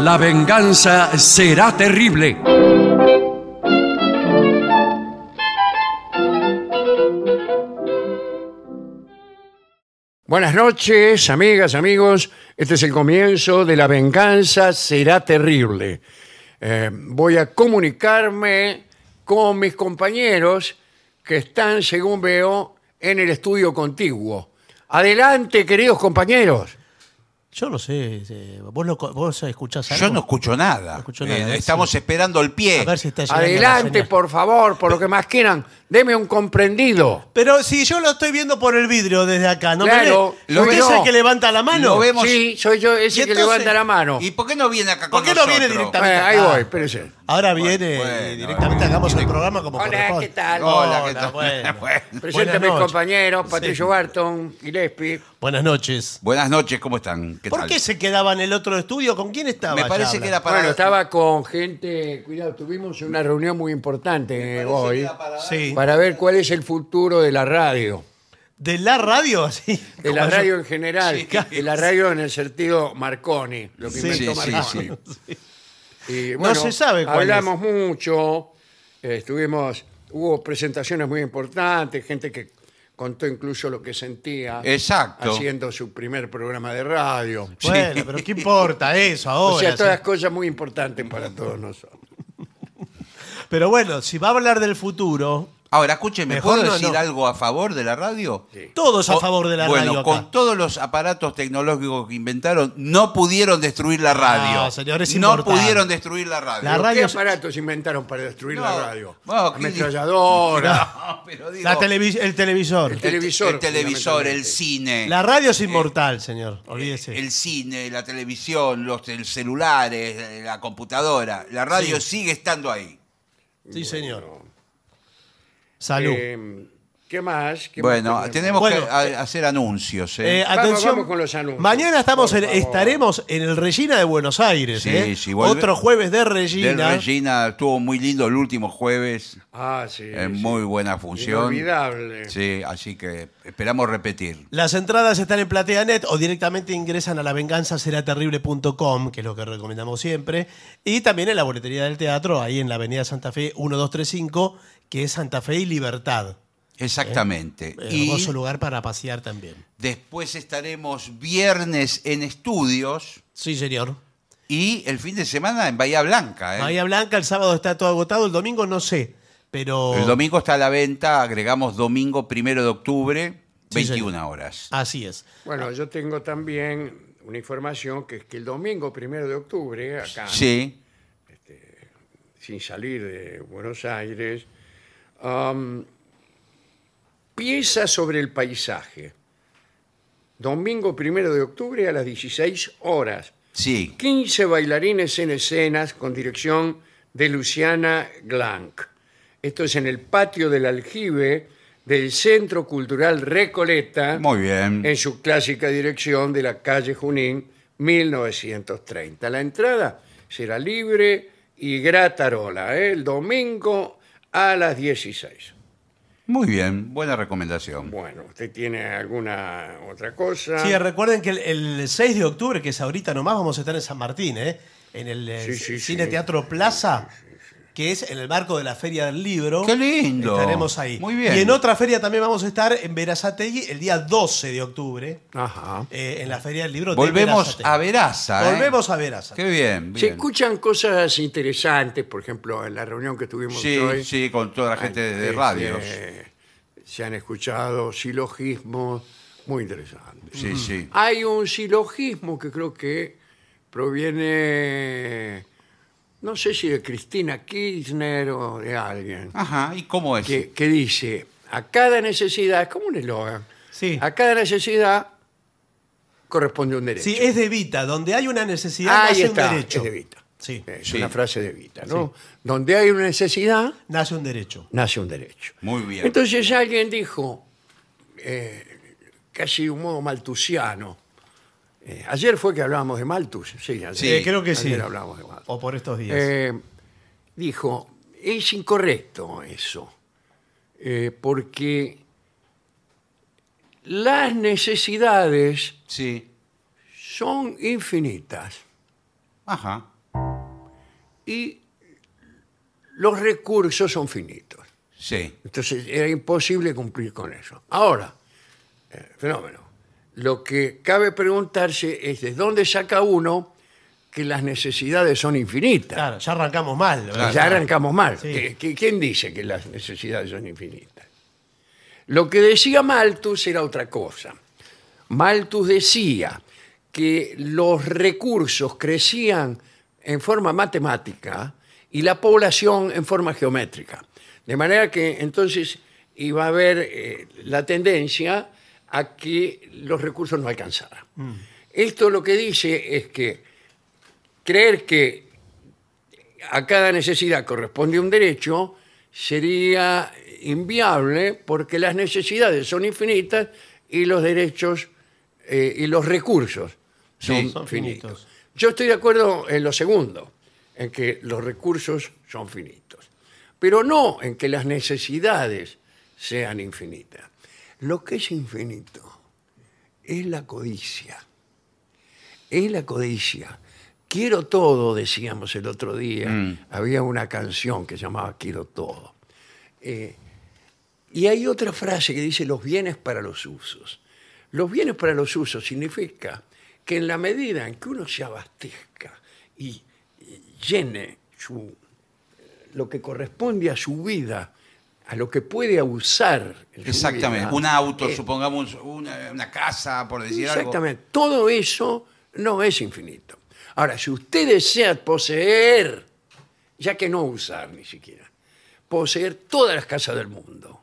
La venganza será terrible. Buenas noches, amigas, amigos. Este es el comienzo de La venganza será terrible. Eh, voy a comunicarme con mis compañeros que están, según veo, en el estudio contiguo. Adelante, queridos compañeros. Yo no sé, eh, vos, lo, co- vos escuchás algo. Yo no escucho nada. No escucho nada, Eh, a ver estamos esperando el pie. A ver si está llegando la Adelante, señal. por favor, por lo que más quieran. Deme un comprendido. Pero si yo lo estoy viendo por el vidrio desde acá, ¿no? Claro, me lo ve? ¿Usted veo. es el que levanta la mano? Lo vemos. Sí, soy yo ese Y que entonces- levanta la mano. ¿Y por qué no viene acá ¿Por con qué no viene nosotros? directamente? Bueno, ahí Ah. voy, espérese. Ahora Bueno, viene y bueno, directamente bueno. hagamos el programa como Hola, corresponde. ¿qué tal? Hola, ¿qué tal? Bueno. Bueno. Presente a Buenas mis noches. compañeros, Patricio Barton, Gillespie. Buenas noches. Buenas noches, ¿cómo están? ¿Qué ¿Por tal? qué se quedaba en el otro estudio? ¿Con quién estaba? Me parece Yabla? que era para. Bueno, estaba con gente, cuidado, tuvimos una reunión muy importante eh, hoy Sí. para ver cuál es el futuro de la radio, ¿De la radio? así de la como yo- radio en general, de la radio en el sentido Marconi, lo que Sí, inventó sí, Marconi. sí. Y, No se sabe cuál Hablamos mucho, eh, estuvimos, hubo presentaciones muy importantes, gente que contó incluso lo que sentía Exacto. haciendo su primer programa de radio. Bueno, pero ¿qué importa eso ahora? o sea, sí? ¿eh? todas cosas muy importantes para todos nosotros. Pero bueno, si va a hablar del futuro, Ahora, escúcheme, Mejor ¿puedo no, decir no. algo a favor de la radio? todos a O- favor de la bueno, radio acá. con todos los aparatos tecnológicos que inventaron, no pudieron destruir la radio. No, señor, es No importante. pudieron destruir la radio. La ra- ¿Qué radio- aparatos inventaron para destruir No, la radio? bueno, ¿qué- Ametralladora, No, pero digo, La televis- el televisor. El televisor, El televisor, el fundamentalmente. cine. La radio es inmortal, señor. Olvídese. el cine, la televisión, los tel- celulares, eh, la computadora. La radio Sí. sigue estando ahí. Sí, señor. Salud. eh, ¿Qué más? ¿Qué más Bueno, tenemos Bueno, que a- hacer anuncios. ¿eh? Eh, atención. vamos con los anuncios, Mañana estamos por en- favor. estaremos en el Regina de Buenos Aires. Sí, ¿eh? sí, vuelve- Otro jueves de Regina. Del Regina estuvo muy lindo el último jueves. Ah, sí. en sí. muy buena función. Inolvidable. Sí, así que esperamos repetir. Las entradas están en PlateaNet o directamente ingresan a lavenganzaseraterrible.com, que es lo que recomendamos siempre, y también en la boletería del teatro, ahí en la Avenida Santa Fe 1235, que es Santa Fe y Libertad. Exactamente. y Eh, Hermoso lugar para pasear también. después estaremos viernes en estudios Sí, señor. y el fin de semana en Bahía Blanca. ¿eh? Bahía Blanca, el sábado está todo agotado, el domingo no sé, pero... El domingo está a la venta, agregamos domingo primero de octubre, Sí, señor. 21 horas. Así es. Bueno, yo tengo también una información que es que el domingo primero de octubre, acá, Sí, sin salir de Buenos Aires, am, pieza sobre el paisaje. Domingo primero de octubre a las 16 horas. sí. 15 bailarines en escenas con dirección de Luciana Glank. Esto es en el patio del aljibe del Centro Cultural Recoleta, Muy bien. en su clásica dirección de la calle Junín 1930. La entrada será libre y gratarola, ¿eh? el domingo a las 16. Muy bien, buena recomendación. Bueno, ¿usted tiene alguna otra cosa? Sí, recuerden que el, el 6 de octubre, que es ahorita nomás, vamos a estar en San Martín, ¿eh? en el eh, Sí, sí, Cine sí. Teatro Plaza, que es en el marco de la Feria del Libro. ¡Qué lindo! Estaremos ahí. Muy bien. Y en otra feria también vamos a estar en Verazategui el día 12 de octubre, Ajá. eh, en la Feria del Libro. de Volvemos a Verazategui. Veraza. ¿eh? Volvemos a Verazategui. Qué bien. Se bien. escuchan cosas interesantes, por ejemplo, en la reunión que tuvimos hoy. Sí, sí, con toda la gente de, de Este, radios. Se han escuchado silogismos muy interesantes. Sí, sí. Hay un silogismo que creo que proviene, no sé si de Cristina Kirchner o de alguien, Ah, Ajá, ¿y cómo es? que, que dice, a cada necesidad, es como un eslogan, Sí. a cada necesidad corresponde un derecho. Sí, es de Vita, donde hay una necesidad, Ahí nace está, un derecho. es de Evita. Sí, Es Sí. una frase de Vita, ¿no? Donde hay una necesidad, nace un derecho. nace un derecho. Muy bien. Entonces alguien dijo, eh, casi de un modo maltusiano, eh, ayer fue que hablábamos de Maltus, sí, ayer, Sí, Eh, creo que sí. Oh, ayer hablamos de Maltus. O por estos días. Eh, dijo, es incorrecto eso, eh, porque las necesidades Sí. son infinitas. Ajá. y los recursos son finitos. Sí. Entonces era imposible cumplir con eso. Ahora, eh, fenómeno. Lo que cabe preguntarse es de dónde saca uno que las necesidades son infinitas. Claro, ya arrancamos mal. ¿verdad? ya arrancamos mal. Sí. ¿Qué- qué- ¿Quién dice que las necesidades son infinitas? Lo que decía Malthus era otra cosa. Malthus decía que los recursos crecían en forma matemática y la población en forma geométrica. De manera que entonces iba a haber eh, la tendencia a que los recursos no alcanzaran. Esto lo que dice es que creer que a cada necesidad corresponde un derecho, sería inviable porque las necesidades son infinitas y los derechos eh, y los recursos son, finitos. son finitos. Yo estoy de acuerdo en lo segundo, en que los recursos son finitos, pero no en que las necesidades sean infinitas. Lo que es infinito es la codicia es la codicia. Quiero todo, decíamos el otro día. Había una canción que se llamaba Quiero todo. Eh, y hay otra frase que dice los bienes para los usos. Los bienes para los usos significa que en la medida en que uno se abastezca y, y llene su, lo que corresponde a su vida, a lo que puede usar. en su Exactamente. vida, Un auto, eh, supongamos, una, una casa, por decir algo. Exactamente. Todo eso no es infinito. Ahora, si usted desea poseer, ya que no usar ni siquiera, poseer todas las casas del mundo,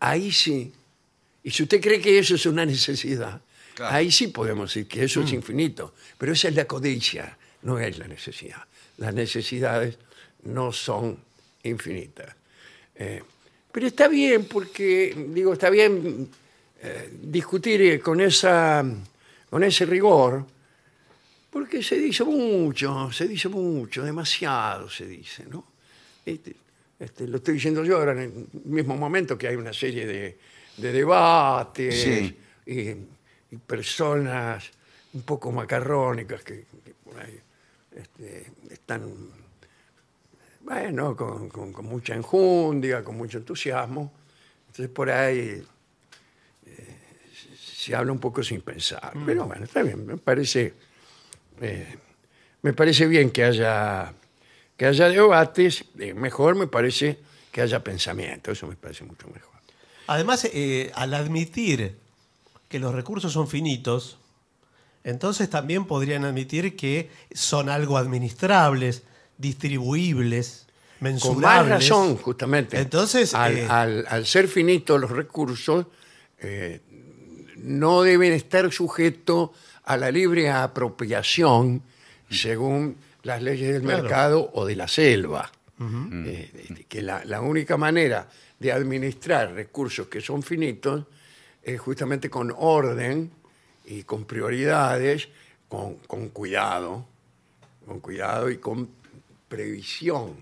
ahí sí. Y si usted cree que eso es una necesidad, Claro. Mm. ahí sí podemos decir que eso es infinito. Pero esa es la codicia, no es la necesidad. Las necesidades no son infinitas. Eh, pero está bien, porque, digo, está bien discutir eh, con, esa, con ese rigor, porque se dice mucho, se dice mucho, demasiado se dice, ¿no? Este, este, lo estoy diciendo yo ahora en el mismo momento que hay una serie de, de debates Sí. y, y personas un poco macarrónicas que, que por ahí este, están bueno, con, con- con mucha enjundia, con mucho entusiasmo. Entonces por ahí eh, se habla un poco sin pensar. Pero bueno, está bien, me parece, eh, me parece bien que haya, que haya debates, eh, mejor me parece que haya pensamiento, eso me parece mucho mejor. Además, eh, al admitir que los recursos son finitos, entonces también podrían admitir que son algo administrables, distribuibles, Con más mensurables. razón, justamente. Entonces, al, eh, al- al ser finitos los recursos, eh, no deben estar sujetos a la libre apropiación según las leyes del Claro. mercado o de la selva. Eh, este, que la, la única manera de administrar recursos que son finitos es justamente con orden y con prioridades, con, con cuidado, con cuidado y con previsión.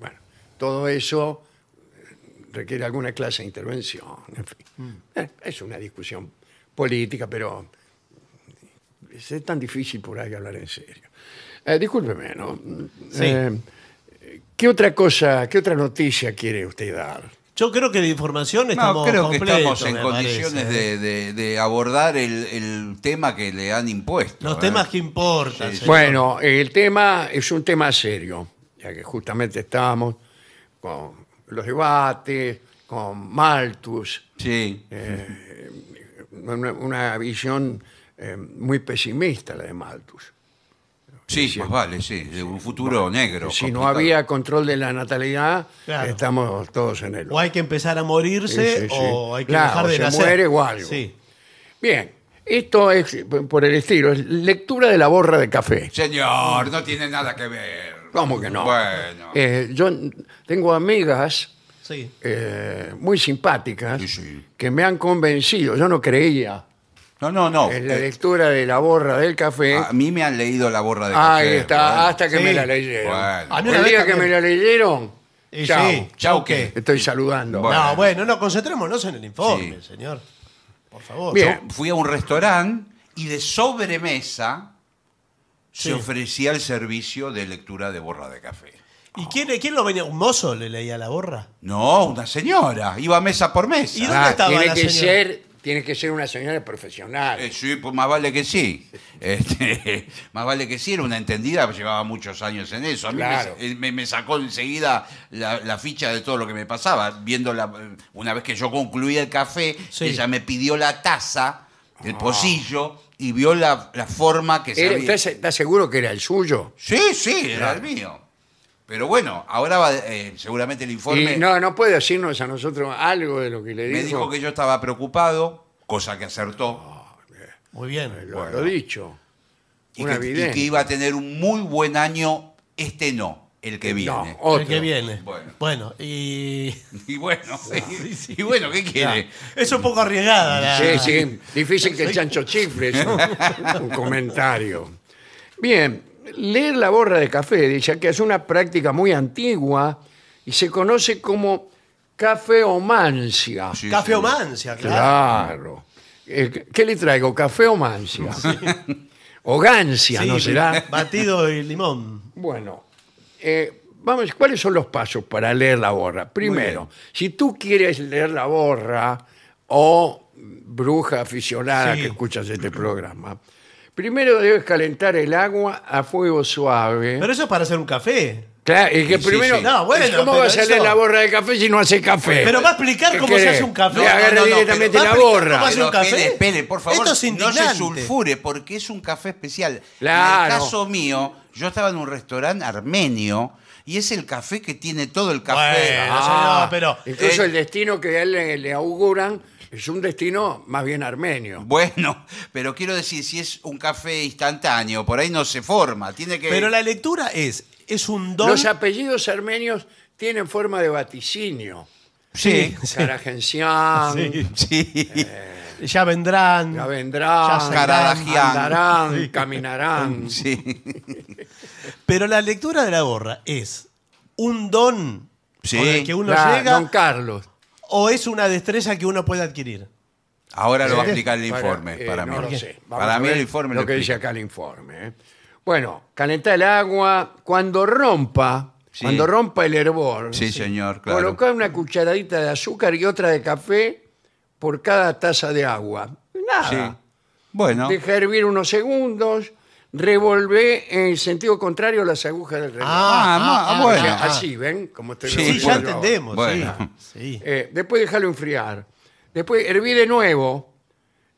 Bueno, todo eso eh, requiere alguna clase de intervención. en fin. Eh, Es una discusión política, pero eh, es tan difícil por ahí hablar en serio. Eh, discúlpeme, ¿no? Sí. Eh, ¿Qué otra cosa, qué otra noticia quiere usted dar? yo creo que de información No, estamos creo que completos, estamos en me condiciones parece, ¿eh? de, de- de abordar el, el tema que le han impuesto. Los ¿eh? temas que importan. señor. Bueno, el tema es un tema serio, ya que justamente estábamos con los debates, con Malthus, Sí. Eh, una, una visión eh, muy pesimista la de Malthus. Sí, más vale, sí. De un futuro negro. si no complicado. había control de la natalidad, Claro. estamos todos en el... O hay que empezar a morirse Sí, sí, sí. o hay que Claro, dejar de se nacer. muere o algo. Sí. Bien, esto es por el estilo, es lectura de la borra de café. Señor, no tiene nada que ver. ¿Cómo que no? Bueno. Eh, yo tengo amigas Sí. eh, muy simpáticas Sí, sí. que me han convencido, yo no creía No, no, no. en la Eh, lectura de la borra del café. a mí me han leído la borra de Ahí café, está, bueno. hasta que Sí. me la leyeron. Bueno. A mí una el vez día que me también. la leyeron, Y chao, sí. Chau, ¿qué? estoy saludando. Bueno. No, bueno, no, concentrémonos en el informe, Sí. señor. Por favor. Eh, Bien. Fui a un restaurante y de sobremesa Sí. se ofrecía el servicio de lectura de borra de café. ¿Y quién, quién lo venía? ¿Un mozo le leía la borra? No, una señora. Iba mesa por mesa. ¿Y dónde estaba tiene la que señora? ser, tiene que ser una señora profesional. Eh, sí, pues más vale que sí. Este, más vale que sí, era una entendida, pues llevaba muchos años en eso. A mí me- Claro. eh, me, me sacó enseguida la, la ficha de todo lo que me pasaba. Viendo la, una vez que yo concluí el café, Sí. ella me pidió la taza, el Ah. pocillo, y vio la, la forma que se Era- había... ¿Estás estás seguro que era el suyo? Sí, sí, era el mío. Pero bueno, ahora va, eh, seguramente el informe Y no, no puede decirnos a nosotros algo de lo que le dijo. me dijo que yo estaba preocupado, cosa que acertó. Muy bien. lo, lo dicho. y Una que, vidente. y que iba a tener un muy buen año, este no, el que viene. No, otro. El que viene. Bueno, Bueno. y. Ah, Y bueno, y, y bueno, ¿qué quiere? Es un poco arriesgada la. Sí, sí, difícil que el chancho chifle es un, un comentario. Bien, leer la borra de café, dice que es una práctica muy antigua y se conoce como cafeomancia. Sí, Cafeomancia, claro. Claro. Eh, ¿Qué le traigo? ¿Café o mancia? O gancia, Sí, ¿no será? Batido y limón. Bueno, eh, vamos, ¿cuáles son los pasos para leer la borra? Primero, si tú quieres leer la borra o bruja aficionada Sí. que escuchas este programa, primero debes calentar el agua a fuego suave. Pero eso es para hacer un café. Claro, y que Sí, primero, sí. No, bueno, ¿cómo pero vas a leer eso- la borra de café si no hace café? Pero va a explicar ¿Qué cómo se querés? hace un café. Le No, agarra no, no, directamente la pero va a explicar borra. cómo hace Pero un café. espere, espere, por favor, Esto es no indignante. se sulfure, porque es un café especial. En Claro. el caso mío, yo estaba en un restaurante armenio y es el café que tiene todo el café. Bueno, señor, pero- Ah, Incluso Eh, el destino que a él le, le auguran es un destino más bien armenio. Bueno, pero quiero decir, si es un café instantáneo, por ahí no se forma, tiene que... Pero la lectura es. Es un don. Los apellidos armenios tienen forma de vaticinio. Sí, Karagensian, Sí. sí. Ya vendrán. ya vendrán, Ya saldrán. andarán, caminarán. sí. Pero la lectura de la borra es un don Sí. con el que uno La- llega Don Carlos. o es una destreza que uno puede adquirir. Ahora lo va a Eh, explicar el para- informe, eh, para, no mí. lo sé. Vamos Para a mí ver el informe lo lo que dice explica. acá el informe. ¿eh? Bueno, calentá el agua. Cuando rompa, Sí. cuando rompa el hervor, Sí, señor, claro. colocá una cucharadita de azúcar y otra de café por cada taza de agua. Nada. Sí. Bueno, Deja hervir unos segundos, revolvé en sentido contrario las agujas del reloj. Ah, ah, O bueno. sea, ah. así, ¿ven? Como estoy Sí, Sí, revolviendo ya Bueno, yo. entendemos. bueno. sí, sí. Eh, después déjalo enfriar. Después herví de nuevo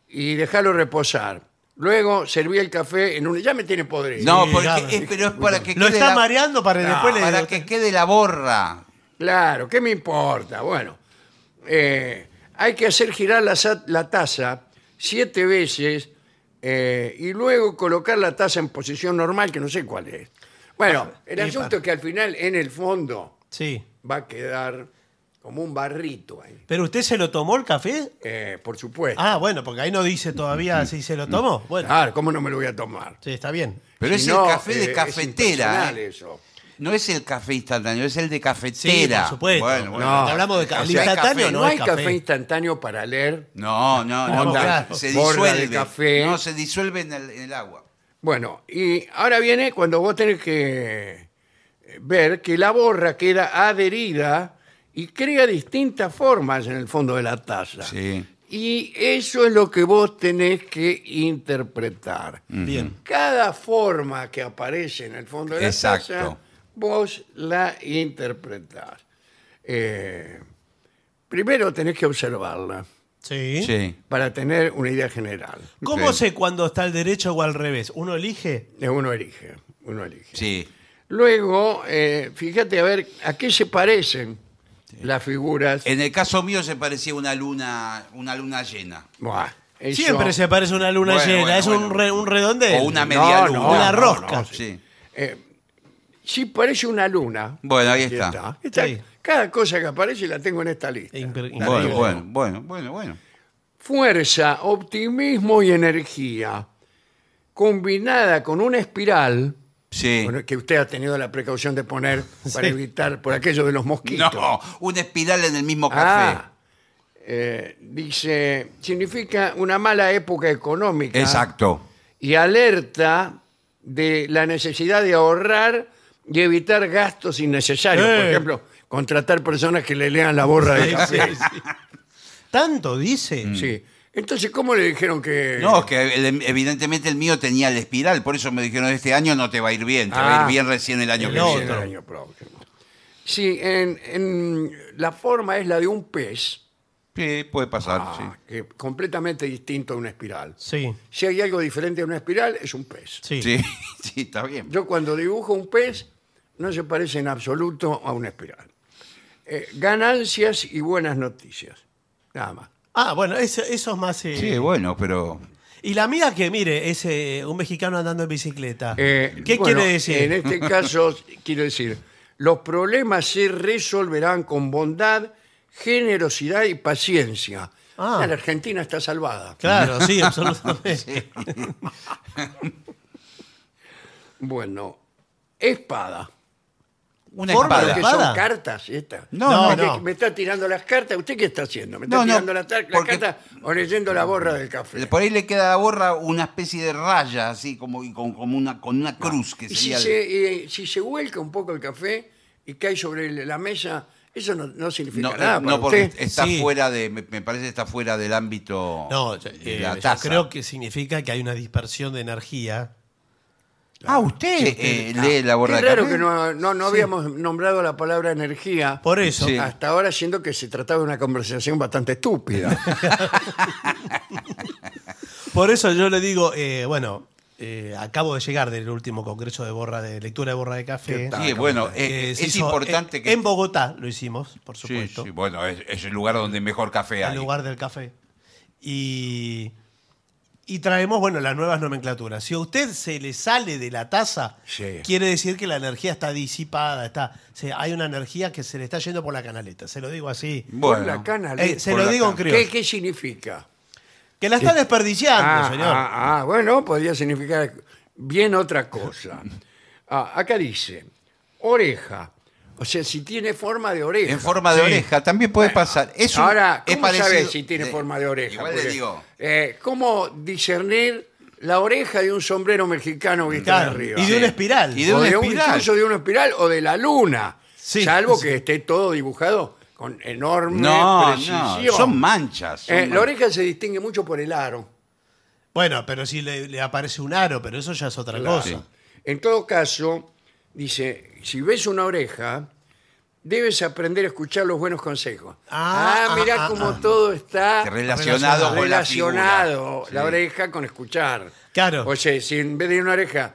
y déjalo reposar. Luego serví el café en un... Ya me tiene podrido. no, Sí, ya porque me- es, pero es para que Lo quede está la, mareando para No, después le para que quede la borra. Claro, ¿qué me importa? Bueno, eh, hay que hacer girar la, sa- la taza siete veces eh, y luego colocar la taza en posición normal, que no sé cuál es. Bueno, el Y asunto pa- es que al final, en el fondo, Sí. va a quedar como un barrito ahí. ¿Pero usted se lo tomó el café? Eh, por supuesto. Ah, bueno, porque ahí no dice todavía si se lo tomó. Bueno, Claro, ¿cómo no me lo voy a tomar? sí, está bien. Pero Si es no, el café eh, de es cafetera. impersonal ¿eh? eso. No es el café instantáneo, es el de Sí, cafetera. por supuesto. Bueno, bueno. No. Hablamos de ca- O el sea, hay instantáneo, café, No, no, hay es café. instantáneo para leer. No, no, no. No, la- claro. Se Borra de disuelve. café. No, se disuelve en el, en el agua. Bueno, y ahora viene cuando vos tenés que eh, ver que la borra queda adherida y crea distintas formas en el fondo de la taza. Sí. Y eso es lo que vos tenés que interpretar. Bien. Cada forma que aparece en el fondo de la Exacto. taza, vos la interpretás. Eh, primero tenés que observarla Sí. Sí. para tener una idea general. ¿Cómo Sí. sé cuándo está al derecho o al revés? ¿Uno elige? Eh, Uno elige, uno elige. Sí. Luego, eh, fíjate a ver a qué se parecen las figuras. En el caso mío se parecía una luna, una luna llena. Buah, eso- Siempre se parece una luna Bueno, llena, bueno, es un, bueno. re- un redondel. O una media no, luna. no, Una no, rosca. no, Sí. Sí, parece una luna. Bueno, ahí Aquí está. Está- Sí. Cada cosa que aparece la tengo en esta lista. Impre- La Bueno, digo. bueno, bueno, bueno, bueno. Fuerza, optimismo y energía, combinada con una espiral Sí. bueno, que usted ha tenido la precaución de poner para Sí. evitar por aquello de los mosquitos. No, una espiral en el mismo café. Ah, eh, dice, significa una mala época económica. Exacto. y alerta de la necesidad de ahorrar y evitar gastos innecesarios. Por Eh. ejemplo, contratar personas que le lean la borra de café. Sí, sí. Tanto dice. Mm. Sí. Entonces, ¿cómo le dijeron que...? No, es que el- evidentemente el mío tenía la espiral, por eso me dijeron, este año no te va a ir bien, te va a Ah. ir bien recién el año El que otro. viene. el año próximo. Sí, en, en- la forma es la de un pez, Sí, puede pasar, sí. ah, que completamente distinto a una espiral. Sí, Si hay algo diferente a una espiral, es un pez. sí. Sí, sí, está bien. Yo cuando dibujo un pez, no se parece en absoluto a una espiral. Eh, ganancias y buenas noticias. Nada más. Ah, bueno, eso, eso es más. eh, Sí, bueno, pero... Y la mía que, mire, es eh, un mexicano andando en bicicleta. Eh, ¿Qué bueno, quiere decir? En este caso, quiero decir, los problemas se resolverán con bondad, generosidad y paciencia. Ah. La Argentina está salvada. Claro, sí, absolutamente. Bueno, espada. Una Forma Ah, espada. Que de- ¿Espada? son cartas estas. No, No, no, no. Me está tirando las cartas. ¿Usted qué está haciendo? ¿Me está No, no, tirando las tar- las porque- cartas o leyendo la borra del café? Por ahí le queda a la borra una especie de raya, así como, y con, como una, con una cruz que Y si sería... el- se, eh, si se vuelca un poco el café y cae sobre el- la mesa, eso no, no significa No, nada. eh, para no, porque usted. está Sí. fuera de, me, me parece que está fuera del ámbito No, yo, de eh, la yo taza. creo que significa que hay una dispersión de energía. Ah, usted eh, Ah, lee la borra Qué de raro café. que no, no- no habíamos nombrado la palabra energía. Por eso. Sí. Hasta ahora, siendo que se trataba de una conversación bastante estúpida. Por eso yo le digo, eh, bueno, eh, acabo de llegar del último congreso de borra de lectura de borra de ¿Qué café. tal? Sí, bueno, que eh, es, se hizo importante en, que... en Bogotá lo hicimos, por Sí, supuesto, sí, bueno, es, es el lugar donde mejor café al hay. lugar del café. Y, y traemos, bueno, las nuevas nomenclaturas. Si a usted se le sale de la taza, Sí. quiere decir que la energía está disipada, está, se- hay una energía que se le está yendo por la canaleta. Se lo digo así. Por la Bueno, cana, Eh, se por lo la digo en cana. criollo. ¿Qué, qué significa? Que la está desperdiciando, Ah, señor. ah, ah, bueno, podría significar bien otra cosa. Ah, acá dice, oreja. O sea, si tiene forma de oreja. en forma de Sí. oreja también puede pasar. Es un- Ahora, es ¿cómo sabes parecido- si tiene eh, forma de oreja? Igual le Porque, digo. eh, ¿Cómo discernir la oreja de un sombrero mexicano que está Claro, arriba? Y de una espiral. Y de O una de un- espiral. incluso de una espiral o de la luna. Sí, salvo sí. que esté todo dibujado con enorme No, precisión. no, son manchas. son Eh, la manchas. oreja se distingue mucho por el aro. Bueno, pero si le, le aparece un aro, pero eso ya es otra Claro. cosa. En todo caso, dice, si ves una oreja, debes aprender a escuchar los buenos consejos. Ah, Ah, mirá ah, ah, cómo ah. todo está Relacionado, con la figura. relacionado Sí. la, oreja con escuchar. Claro. O sea, si en vez de una oreja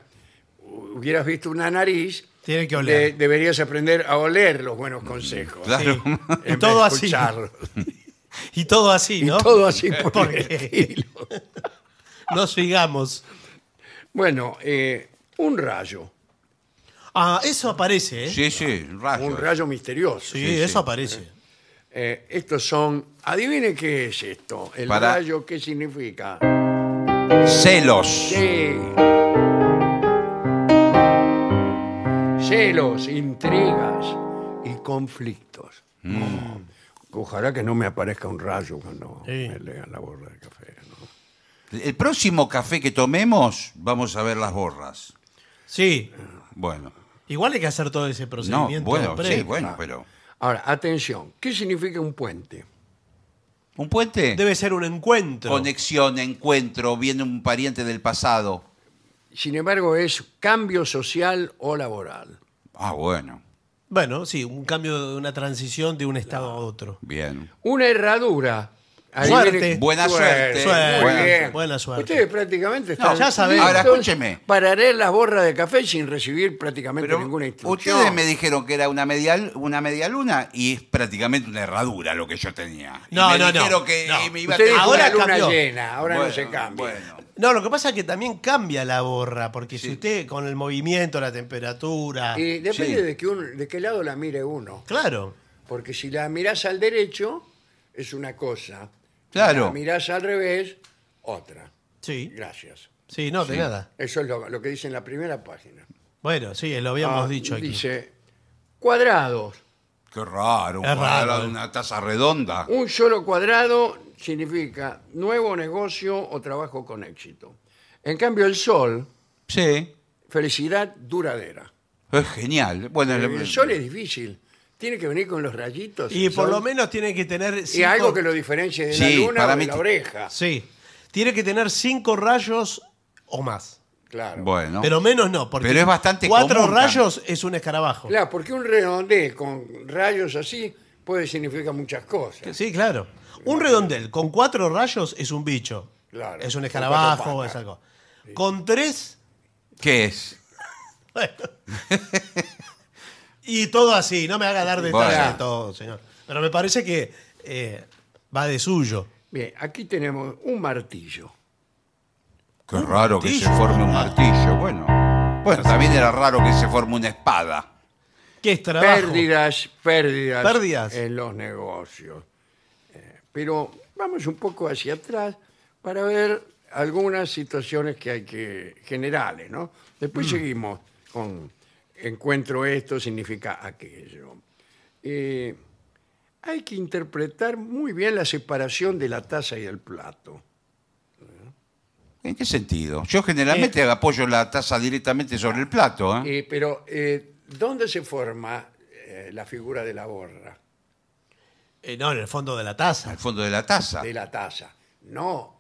hubieras visto una nariz, Tiene que de- oler. deberías aprender a oler los buenos consejos. Mm, Claro. en vez de todo así. escucharlos. Y todo así, Y ¿no? todo así por ¿Por el qué? estilo. No sigamos. Bueno, eh, un rayo. Ah, eso aparece, ¿eh? Sí, sí, un rayo. Un rayo misterioso. Sí, eso aparece. Eh, estos son. Adivine qué es esto. El Para- rayo, ¿qué significa? Celos. Sí. Celos, intrigas y conflictos. Oh, Ojalá que no me aparezca un rayo cuando Sí. me lean la borra de café. ¿no? El próximo café que tomemos, vamos a ver las borras. Sí. Bueno. Igual hay que hacer todo ese No, procedimiento. bueno, previo. sí, bueno, pero. Ahora, atención. ¿Qué significa un puente? ¿Un puente? Debe ser un encuentro. Conexión, encuentro, viene un pariente del pasado. Sin embargo, es cambio social o laboral. Ah, bueno, Bueno, sí, un cambio, de una transición de un estado a otro. bien. Una herradura. Suerte. Buena suerte. Muy Suerte. bien. Buena suerte. Ustedes prácticamente No, están ya sabemos. Ahora, listos escúcheme. Para leer las borras de café sin recibir prácticamente Pero ninguna instrucción. ustedes me dijeron que era una media, una media luna y es prácticamente una herradura lo que yo tenía. Y No, me no, no, dijeron que no. y me iba a Usted dijo tener- Ahora una luna cambió. llena, ahora no Bueno, se cambia. Bueno. No, lo que pasa es que también cambia la borra, porque si Sí. usted con el movimiento, la temperatura. Y depende Sí. de, que un- de qué lado la mire uno. Claro. Porque si la mirás al derecho, es una cosa. Si Claro. la mirás al revés, otra. Sí. Gracias. Sí, no, de nada. Eso es lo, lo que dice en la primera página. Bueno, sí, lo habíamos Ah, dicho aquí. Dice, cuadrados. Qué raro, un Es cuadrado raro. de una taza redonda. Un solo cuadrado significa nuevo negocio o trabajo con éxito. En cambio, el sol Sí. felicidad duradera. Es genial. Bueno, El sol es difícil. Tiene que venir con los rayitos. pues. Y el por sol, lo menos tiene que tener. y cinco- algo que lo diferencie de la Sí, luna para o de mí la ti- oreja. Sí. Tiene que tener cinco rayos o más. Claro. bueno. Pero menos no, porque Pero es bastante cuatro común rayos es un escarabajo. Claro, porque un redondel con rayos así puede significar muchas cosas. Sí, claro. Un redondel con cuatro rayos es un bicho. Claro. Es un Con cuatro escarabajo, patas. es algo. Con tres, ¿Qué es? bueno. y todo así. No me haga dar detalles Bueno. de todo, señor. Pero me parece que eh, va de suyo. Bien, aquí tenemos un martillo. Qué raro que se martillo. forme un martillo. Bueno. Bueno, también era raro que se forme una espada. ¿Qué es trabajo? Pérdidas, pérdidas, Pérdidas. en los negocios. Eh, pero vamos un poco hacia atrás para ver algunas situaciones que hay que generales, ¿no? Mm. Después seguimos con encuentro esto significa aquello. Eh, hay que interpretar muy bien la separación de la taza y del plato. ¿En qué sentido? Yo generalmente apoyo la taza directamente sobre el plato. Ah. ¿eh? Eh, pero eh, ¿dónde se forma eh, la figura de la borra, Eh, no, en el fondo de la taza. Ah, Al fondo de la taza. de la taza? No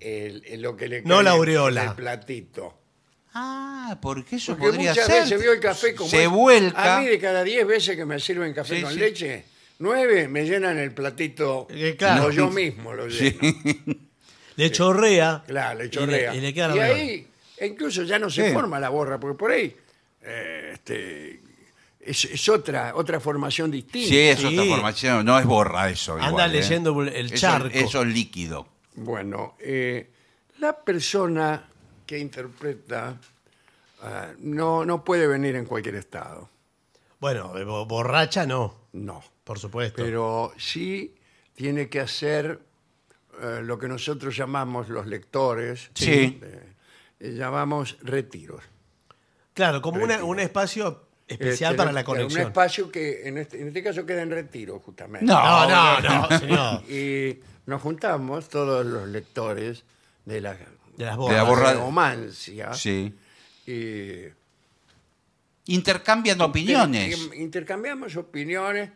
el- el- lo que le No cae la en- en aureola. el platito. Ah, porque eso Porque podría muchas ser. veces veo el café como se es. vuelca. A mí de cada 10 veces que me sirven café Sí, con sí. leche, 9 me llenan el platito. Eh, claro. O yo mismo lo lleno. Le chorrea. Claro, y le chorrea. Y le, queda la aureola. ahí e incluso ya no se Sí. forma la borra, porque por ahí eh, este, es, es otra, otra formación distinta. Sí, es Sí. otra formación. No es borra eso. Anda igual, ¿eh? leyendo el Eso- charco. Eso es líquido. Bueno, eh, la persona que interpreta ah, no, no puede venir en cualquier estado. Bueno, eh, bo- borracha no, No. por supuesto. Pero sí tiene que hacer eh, lo que nosotros llamamos los lectores. Sí. eh, eh, llamamos retiros. claro, como una- un espacio especial Este, para no- la Un conexión. espacio que en este, en este caso queda en retiro, justamente. No. No, no, no, señor. Y nos juntamos, todos los lectores de la, De las De borras. la borra- romancia. Sí. y- Intercambian opiniones. Inter- Intercambiamos opiniones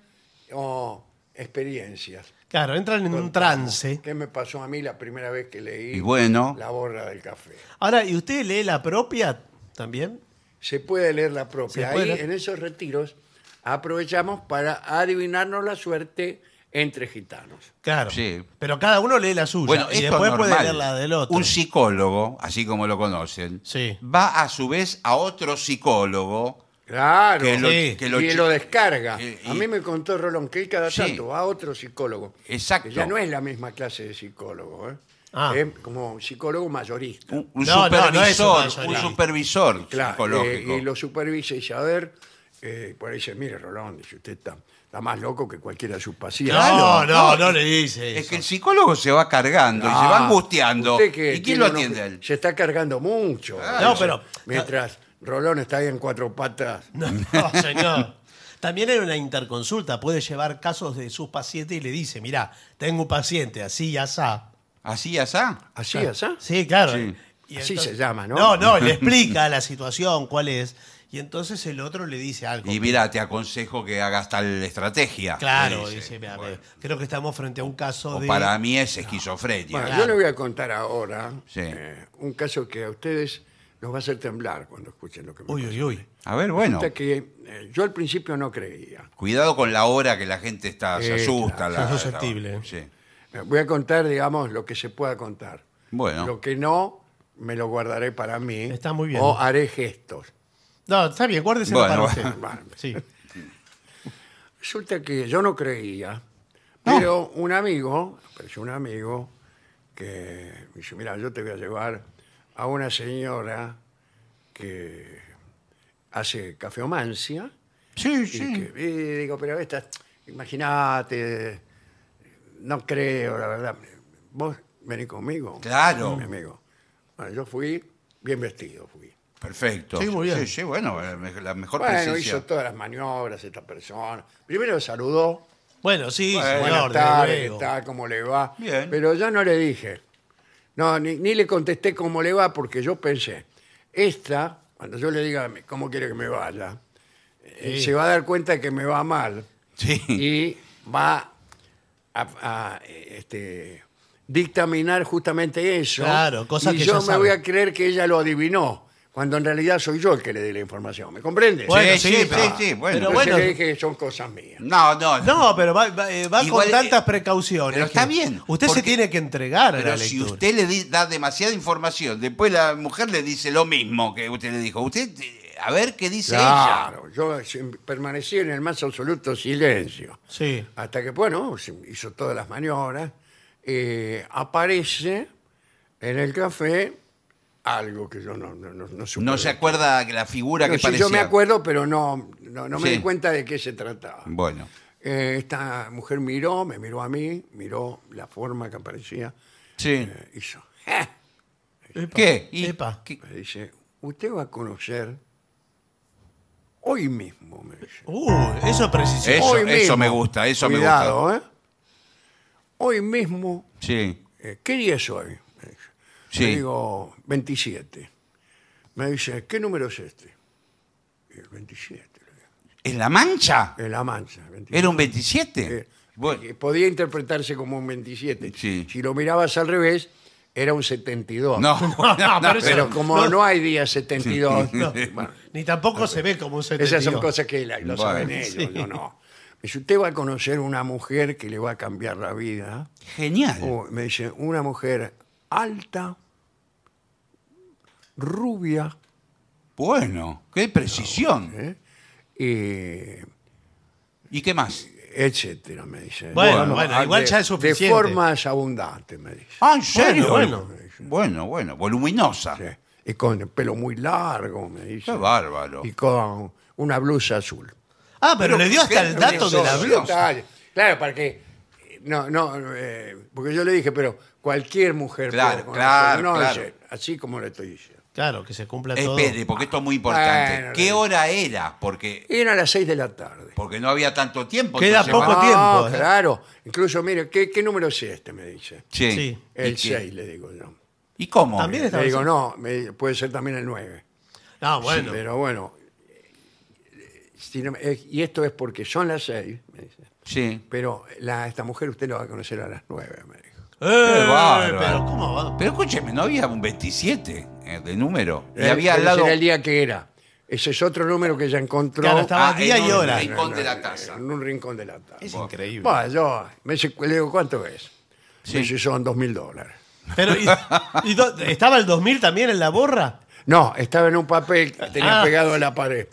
o experiencias. Claro, entran en un trance. ¿Qué me pasó a mí la primera vez que leí Y bueno. La borra del café? Ahora, ¿y usted lee la propia también? Se puede leer la Se propia. puede Ahí, leer. en esos retiros, aprovechamos para adivinarnos la suerte entre gitanos. Claro. Sí. Pero cada uno lee la suya. Bueno, y esto después es puede normal. leer la del otro. Un psicólogo, así como lo conocen, Sí. va a su vez a otro psicólogo. Claro. Que lo- Sí. que lo y chi- lo descarga. Eh, y- a mí me contó Rolón que él cada Sí. tanto va a otro psicólogo. Exacto. Que Ya no es la misma clase de psicólogo. ¿eh? Ah. Es como psicólogo mayorista. Un, un No, no, no es un supervisor, un mayorista. supervisor Claro, psicológico. eh, y lo supervisa Isabel, eh, por ahí dice, mire, Rolón, dice, usted está, está más loco que cualquiera de sus pacientes. No, Claro, no, no, no. le dice. Es eso. que el psicólogo se va cargando y se va angustiando. Ah, Usted que ¿Y quién tiene lo unos- atiende a él? Se está cargando mucho. No, dice, pero- Mientras Rolón está ahí en cuatro patas. No, no, señor. También en una interconsulta puede llevar casos de sus pacientes y le dice, mira, tengo un paciente así y asá. ¿Así, asá? Así, asá. Sí, claro. Sí. Y Así se llama, ¿no? No, no, le explica la situación, cuál es. Y entonces el otro le dice algo. Y mira, te aconsejo que hagas tal estrategia. claro, le dice. dice, "Mira, Bueno, creo que estamos frente a un caso o de... para mí es esquizofrenia. Bueno, Claro. yo le voy a contar ahora Sí. eh, un caso que a ustedes los va a hacer temblar cuando escuchen lo que me Uy, pasó. uy, uy. A ver, bueno. Resulta que eh, yo al principio no creía. Cuidado con la hora que la gente está, se Eh, asusta. claro. la- Son susceptibles. la- sí. Eh, Voy a contar, digamos, lo que se pueda contar. Bueno. Lo que no, me lo guardaré para mí. Está muy bien. O haré gestos. No, está bien, guárdese Bueno, para bueno. usted. Bueno. Sí. Resulta que yo no creía, pero un amigo, apareció un amigo que me dice, mira, yo te voy a llevar a una señora que hace cafeomancia. Sí, Y que- y digo, pero esta, imagínate, no creo, la verdad. Vos venís conmigo. Claro. Mi amigo. Bueno, yo fui bien vestido, fui. Perfecto. Sí, muy bien. Sí, sí, bueno, la me- la mejor Bueno, presencia. hizo todas las maniobras esta persona. Primero saludó. Bueno, sí, Bueno, señor, Buenas de tardes, luego. ¿qué tal? ¿Cómo le va? Bien. Pero yo no le dije. No, ni, ni le contesté cómo le va porque yo pensé, esta cuando yo le diga cómo quiere que me vaya, eh, se va a dar cuenta que me va mal Sí. y va a, a, eh, este, dictaminar justamente eso. Claro, cosas y que yo ya me sabe. voy a creer que ella lo adivinó, cuando en realidad soy yo el que le di la información. ¿Me comprende? Bueno, sí, sí, sí, pero- sí, sí, bueno. pero Entonces bueno. le dije que son cosas mías. No, no, No, pero va, va, eh, va con Igual, eh, tantas precauciones. pero que está bien, Usted se porque- tiene que entregar a la Pero si lectura. usted le di- da demasiada información, después la mujer le dice lo mismo que usted le dijo. Usted, eh, a ver qué dice ella. Claro, yo sim- permanecí en el más absoluto silencio. Sí. Hasta que, bueno, se hizo todas las maniobras. eh, aparece en el café algo que yo no, no, no, no supe. No se acuerda que la figura No, que sí, parecía. yo me acuerdo, pero no, no, no me Sí. di cuenta de qué se trataba. Bueno, Eh, esta mujer miró, me miró a mí, miró la forma que aparecía. sí. eh, hizo. "Ja", ¿Qué? ¿Y Epa. qué? Me dice, usted va a conocer hoy mismo, me dice. Uh, eso precisión. Eso, Hoy mismo. eso me gusta, eso me gusta. Cuidado, ¿eh? Hoy mismo, Sí, eh, ¿qué día es hoy? Me dice. Sí. Le digo, 27. Me dice, ¿qué número es este? Y El 27. le digo. ¿En La Mancha? En La Mancha. 27. ¿Era un 27? Eh, Bueno, eh, Podía interpretarse como un 27. Sí. Si lo mirabas al revés, era un 72. no, no, no, pero eso- Pero como no, No. hay día 72, No, bueno, Ni tampoco se ve como un 72. Esas son cosas que la- lo Bueno, saben ellos, sí. yo no. Me dice, usted va a conocer una mujer que le va a cambiar la vida. Genial. O, me dice, una mujer alta, rubia, Bueno, qué precisión. ¿eh? y ¿Y qué más? etcétera, me dice. Bueno, bueno, a- igual de- ya es De suficiente. formas abundantes, me dice. Ah, ¿en serio? Bueno, bueno, bueno, voluminosa. Sí. Y con el pelo muy largo, me dice. Qué bárbaro. Y con una blusa azul. Ah, pero, le dio hasta qué el dato de la precioso. blusa. Detalle. Claro, para que. No, no, eh, porque yo le dije, pero cualquier mujer Claro, puede conocer. claro, No, claro. dice, así como le estoy diciendo. Claro, que se cumpla todo. Espere, porque esto es muy importante. Bueno, ¿Qué no. hora era? Porque, Era a las 6 de la tarde. porque no había tanto tiempo. Queda entonces, poco bueno, No, tiempo, Ah, ¿eh? Claro. Incluso, mire, ¿qué, qué número es este? Me dice. Sí. Sí. El ¿Y qué? 6, le digo yo. ¿Y cómo? También Le Estaba digo, así. no, me- puede ser también el 9. Ah, bueno. Pero bueno. eh, si no me- eh, y esto es porque son las 6, me dice. Sí. Pero la, esta mujer usted la va a conocer a las 9, me dijo. Eh, Qué bárbaro. pero ¿cómo va? Pero escúcheme, no había un 27 eh, de número. Y Eh, había al pero lado. Era el día que era. Ese es otro número que ella encontró. Claro, estaba Ah, día en y un hora. rincón de la casa. En un rincón de la tarde. Es increíble. Bueno, yo me dice, le digo, ¿cuánto es? Sí. Me dice, son dos mil dólares. Pero, ¿y, y do- estaba el 2000 también en la borra? No, estaba en un papel que tenía Ah. pegado a la pared.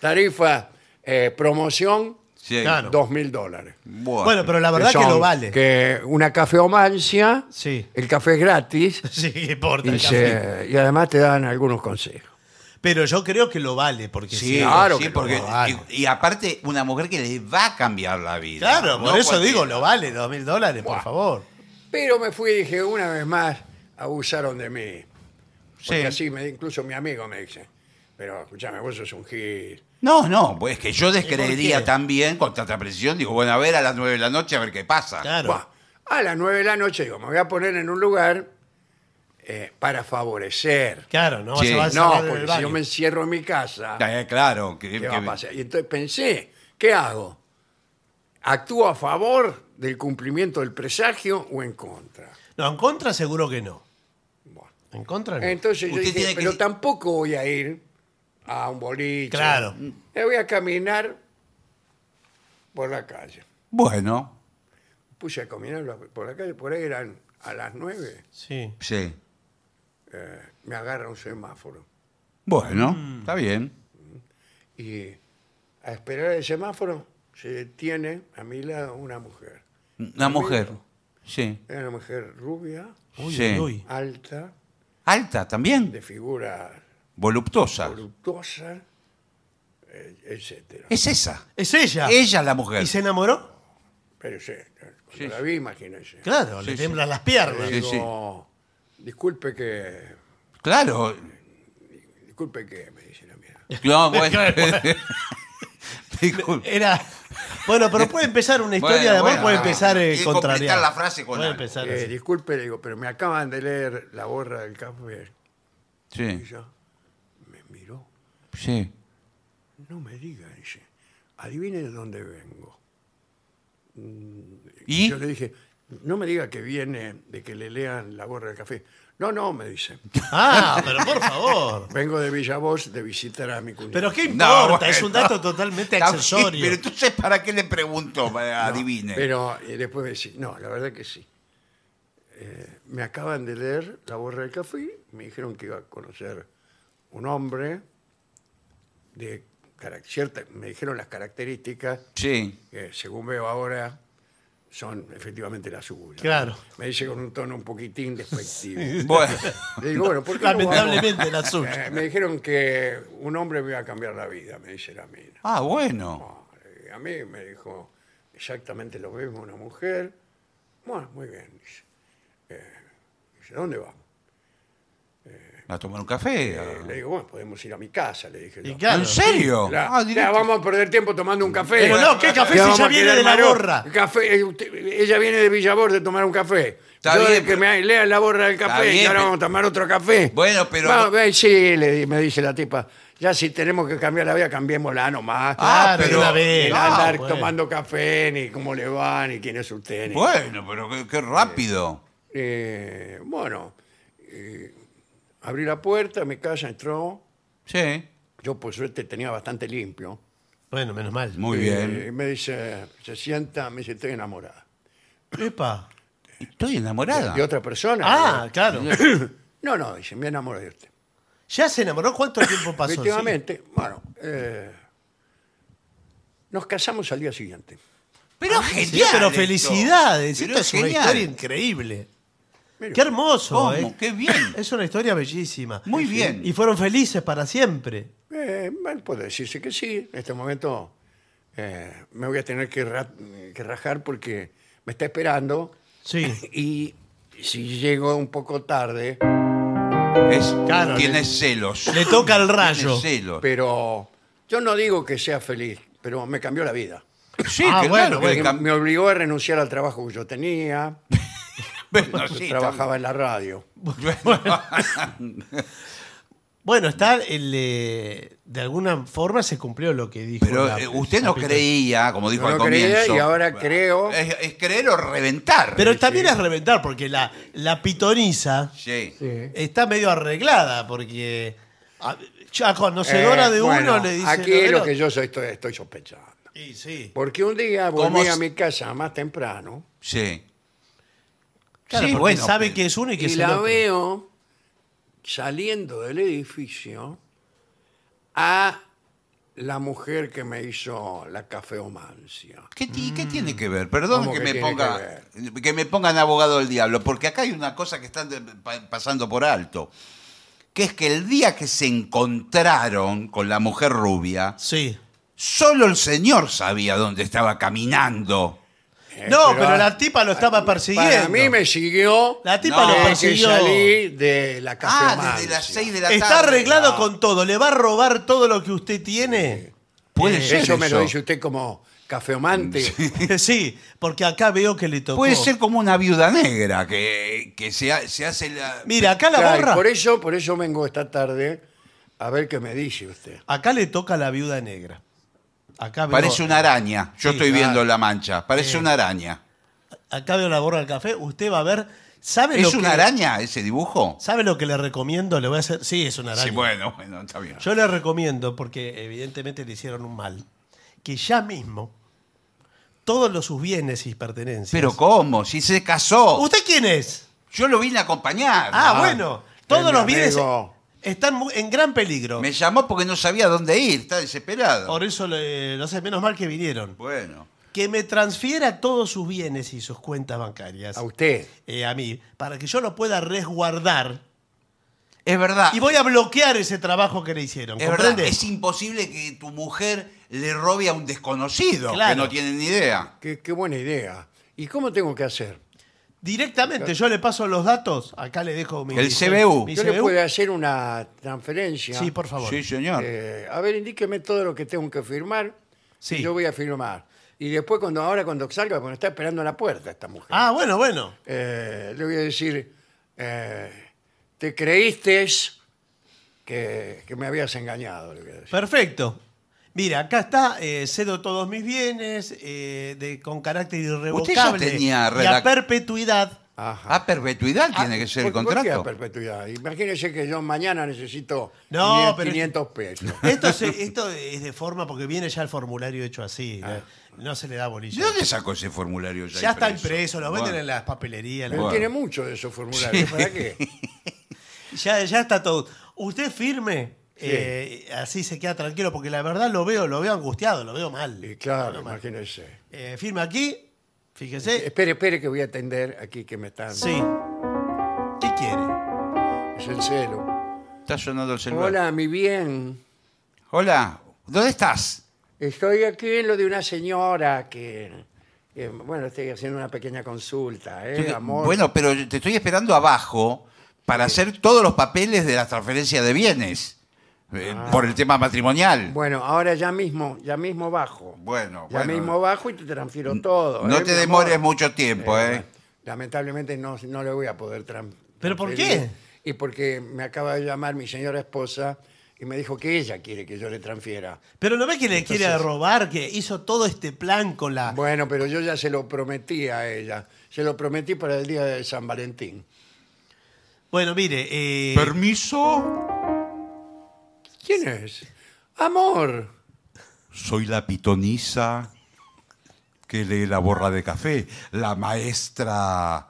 Tarifa, eh, promoción, Sí. Claro. dos mil dólares. Bueno, Bueno, pero la verdad que, son- lo vale. Que una cafeomancia, Sí. el café es gratis, Sí, que importa. y, el café. se- y además te dan algunos consejos. Pero yo creo que lo vale, porque Sí, si- claro sí, que lo porque, vale. y, y aparte, una mujer que le va a cambiar la vida. Claro, No por eso cualquiera. digo, lo vale, dos mil dólares, por Buah. favor. Pero me fui y dije, una vez más, abusaron de mí. Porque Sí. así, me, incluso mi amigo me dice, pero escúchame, vos sos un gil. No, no, pues que yo qué? descreería también con tanta precisión. Digo, bueno, a ver a las 9 de la noche a ver qué pasa. Claro. Buah, a las nueve de la noche digo, me voy a poner en un lugar eh, para favorecer. Claro, no Sí. se va a No, encerrar en el porque si baño. yo me encierro en mi casa, Eh, claro. Que, ¿qué va a que- pasar? Y entonces pensé, ¿qué hago? ¿Actúo a favor del cumplimiento del presagio o en contra? No, en contra seguro que no. Bueno. En contra no. Entonces yo Usted dije, tiene que- pero tampoco voy a ir a un boliche. Claro. Me voy a caminar por la calle. Bueno, Puse a caminar la- por la calle, por ahí eran a las nueve, eh, Sí. sí. me agarra un semáforo. Bueno, está bien. Y a esperar el semáforo se detiene a mi lado una mujer. Una mujer. Sí. Era una mujer rubia, Uy, Sí. uy, uy. alta, Alta de también. figura Voluptuosa. voluptuosa, eh, etcétera. Es esa. Es ella. Ella es la mujer. Ah. ¿Y se enamoró? Pero sí, cuando Sí, la vi, imagínense. Claro, le Sí, temblan las Le piernas. Sí. digo, disculpe que, Claro. disculpe que, me dice la mía. No, bueno. Disculpe. Era. Bueno, pero puede empezar una historia Bueno, de amor, bueno, puede no, empezar tiene eh, que contraria. completar la frase con puede algo. empezar Eh, así. disculpe, le digo, pero me acaban de leer la borra del café. Y Sí. yo, Me miró. Sí. No me diga, dice. Adivine de dónde vengo. ¿Y? Yo le dije, no me diga que viene de que le lean la gorra del café. No, no, me dice. Ah, pero por favor. Vengo de Villavoz de visitar a mi cuñado. Pero qué No, importa, es bueno. un dato totalmente Está bien, accesorio. Pero entonces, ¿para qué le pregunto? Para Adivine. Pero eh, después me dice, no, la verdad que sí. Eh, me acaban de leer la borra del café, me dijeron que iba a conocer un hombre de carac- cierta, me dijeron las características Sí. que según veo ahora son efectivamente las suyas. Claro. Me dice con un tono un poquitín despectivo. Bueno, Le digo, bueno, ¿por qué no vamos? Lamentablemente la suya. Eh, me dijeron que un hombre me iba a cambiar la vida, me dice la mina. ah, bueno. Eh, A mí me dijo exactamente lo mismo una mujer. Bueno, muy bien. Dice, Eh, dice, ¿dónde vamos? A tomar un café. a- Eh, le digo, bueno, podemos ir a mi casa, le dije. Y yo. claro. ¿En serio? La- Ah, ya directo. vamos a perder tiempo tomando un café. Pero no, ¿qué café Ya si vamos ella a viene quedar de la malo. borra? Café, eh, usted- ella viene de Villabor de tomar un café. Está Yo de bien, que pero- me lea la borra del café bien, y ahora pero- vamos a tomar otro café. Bueno, pero- Vamos, ve, sí, le di- me dice la tipa. Ya si tenemos que cambiar la vida, cambiémosla nomás. Ah, Claro, pero- de una vez. Ni Ah, andar bueno. tomando café, ni cómo le va, ni quién es usted. ni- Bueno, pero qué, qué rápido. Eh, bueno, eh, abrí la puerta, mi casa entró. Sí. Yo, por suerte, tenía bastante limpio. Bueno, menos mal. Muy Eh, bien. Y me dice, se sienta, me dice, estoy enamorada. Epa. Estoy enamorada. ¿De otra persona? Ah, claro. No, no, dice, me enamoré de usted. ¿Ya se enamoró? ¿Cuánto tiempo pasó? Efectivamente, bueno, eh, nos casamos al día siguiente. Pero Ah, Sí, genial. Sí, pero esto. felicidades. Pero Esto es una genial. historia increíble. Mire, Qué hermoso, ¿Cómo? ¿eh? Qué bien. Es una historia bellísima. Muy bien. Y fueron felices para siempre. eh, bueno, puede decirse que sí. En este momento eh, me voy a tener que, ra- que rajar porque me está esperando Sí. y si llego un poco tarde, Es- Claro, tiene le- celos. Le toca el rayo. Tiene celos. pero yo no digo que sea feliz, pero me cambió la vida. Sí, Ah, que bueno, claro, que Porque le cam- me obligó a renunciar al trabajo que yo tenía. bueno, Yo sí, trabajaba en la radio. Bueno, está el. eh, de alguna forma se cumplió lo que dijo. Pero la- eh, usted la no pica. creía, como dijo Yo al no creía comienzo. y ahora creo- Es, es creer o reventar. Pero también es reventar, porque la, la pitoniza Sí. Eh, está medio arreglada, porque. A, ya conocedora Eh, de bueno, uno le dice. Aquí de es lo otro. que yo soy, estoy, estoy sospechando. Y sí. Porque un día ¿Cómo volví a s- mi casa más temprano Sí. Claro, Sí, porque bueno, sabe pero- que es uno y que y es el la otro. veo saliendo del edificio a la mujer que me hizo la cafeomancia. ¿Qué, ti- qué tiene que ver? Perdón Mm. ¿Cómo que, que me tiene ponga que, me pongan abogado del diablo, porque acá hay una cosa que están de- pa- pasando por alto, que es que el día que se encontraron con la mujer rubia, Sí. solo el señor sabía dónde estaba caminando. Eh, ah, No, pero la tipa lo estaba persiguiendo. Para mí me siguió. La tipa No, lo desde persiguió. que salí de la cafeomancia. Ah, desde las 6 de la tarde. Está arreglado Ah, con todo. Le va a robar todo lo que usted tiene. Puede ser Eso me lo eso. dice usted como cafeomante. sí, porque acá veo que le tocó. Puede ser como una viuda negra que, que se, ha- se hace la... Mira, acá la Claro, y borra. por eso, por eso vengo esta tarde a ver qué me dice usted. Acá le toca la viuda negra. Acá veo, Parece una araña. Yo Sí, estoy claro. viendo la mancha. Parece una araña. Acá veo la borra del café. Usted va a ver. ¿Sabe lo ¿Es que, una araña ese dibujo? ¿Sabe lo que le recomiendo? Le voy a hacer. Sí, es una araña. Sí, bueno, bueno, está bien. Yo le recomiendo, porque evidentemente le hicieron un mal, que ya mismo todos los sus bienes y pertenencias. Pero ¿cómo? Si se casó. ¿Usted quién es? Yo lo vine a acompañar. Ah, bueno. Todos mi los bienes amigo. están mu- en gran peligro. Me llamó porque no sabía dónde ir. Está desesperado. Por eso, le- no sé, menos mal que vinieron. Bueno. Que me transfiera todos sus bienes y sus cuentas bancarias A usted. eh, a mí, para que yo lo pueda resguardar. Es verdad. Y voy a bloquear ese trabajo que le hicieron. es verdad. ¿Comprende? Es imposible que tu mujer le robe a un desconocido Claro. que no tiene ni idea. Qué, qué buena idea. ¿Y cómo tengo que hacer? Directamente yo le paso los datos. Acá le dejo mi. El CBU. mi Yo le CBU. puedo hacer una transferencia. Sí, por favor. Sí, señor. Eh, a ver, indíqueme todo lo que tengo que firmar. Sí. y Yo voy a firmar. Y después, cuando ahora cuando salga, porque me está esperando en la puerta esta mujer, Ah, bueno, bueno. eh, le voy a decir, eh, te creíste que, que me habías engañado. le voy a decir. Perfecto. Mira, acá está, eh, cedo todos mis bienes eh, de- con carácter irrevocable tenía y a redac- perpetuidad. Ajá. A Ah, perpetuidad tiene que ser el ¿Por- por qué a contrato. perpetuidad? Imagínese que yo mañana necesito No, 500, pero- 500 pesos. Esto, se- esto es de forma porque viene ya el formulario hecho así. ¿eh? No, No se le da Ah. ¿De bolilla. dónde sacó ese formulario? Ya, Ya está impreso, lo venden Bueno. en las papelerías. Pero lo- Bueno. tiene mucho de esos formularios. ¿Para qué? Ya, ya está todo. Usted firme, eh, así se queda tranquilo, porque la verdad lo veo, lo veo angustiado, lo veo mal. Y claro, imagínese. Eh, firme aquí, fíjese. Espere, espere que voy a atender aquí que me están... Sí. ¿Qué quiere? Es el celo. Está sonando el celular. Hola, mi bien. Hola. ¿Dónde estás? Estoy aquí en lo de una señora que... que, bueno, estoy haciendo una pequeña consulta, ¿eh, Estoy- amor? Bueno, pero yo te estoy esperando abajo para hacer todos los papeles de la transferencia de bienes eh, por el tema matrimonial. Ah. Bueno, ahora ya mismo, ya mismo bajo. Bueno, Ya bueno. mismo bajo y te transfiero todo. no ¿eh, te mi demores amor? mucho tiempo, ¿eh? Lamentablemente no, no le voy a poder tran- ¿Pero por transferir. qué? Y porque me acaba de llamar mi señora esposa y me dijo que ella quiere que yo le transfiera. Pero no ve que le quiere robar, que hizo todo este plan con la. Bueno, pero yo ya se lo prometí a ella. Se lo prometí para el día de San Valentín. Bueno, mire, eh, Permiso, ¿Quién es? Amor. soy la pitonisa que lee la borra de café, la maestra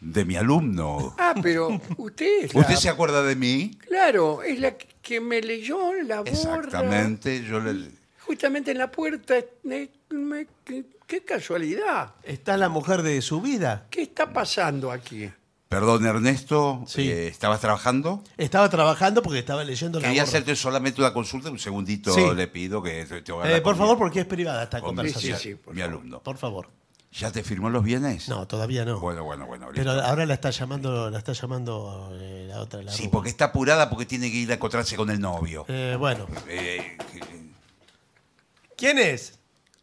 de mi alumno. Ah, pero usted es la... ¿Usted se acuerda de mí? Claro, es la que me leyó la borra. Exactamente, yo le... Justamente en la puerta. eh, me- qué- qué casualidad. está la mujer de su vida. ¿Qué está pasando aquí? Perdón, Ernesto, Sí. eh, ¿estabas trabajando? Estaba trabajando porque estaba leyendo la. Quería borra. hacerte solamente una consulta, un segundito Sí. le pido que te, te voy a Eh, hablar por con favor, mi- porque es privada esta con mi- conversación. sí, sí, por mi favor. alumno. Por favor. ¿Ya te firmó los bienes? No, todavía no. Bueno, bueno, bueno. Pero listo. ahora la está llamando, la está llamando eh, la otra. La sí, rubia. porque está apurada porque tiene que ir a encontrarse con el novio. Eh, bueno. Eh, que- ¿Quién es?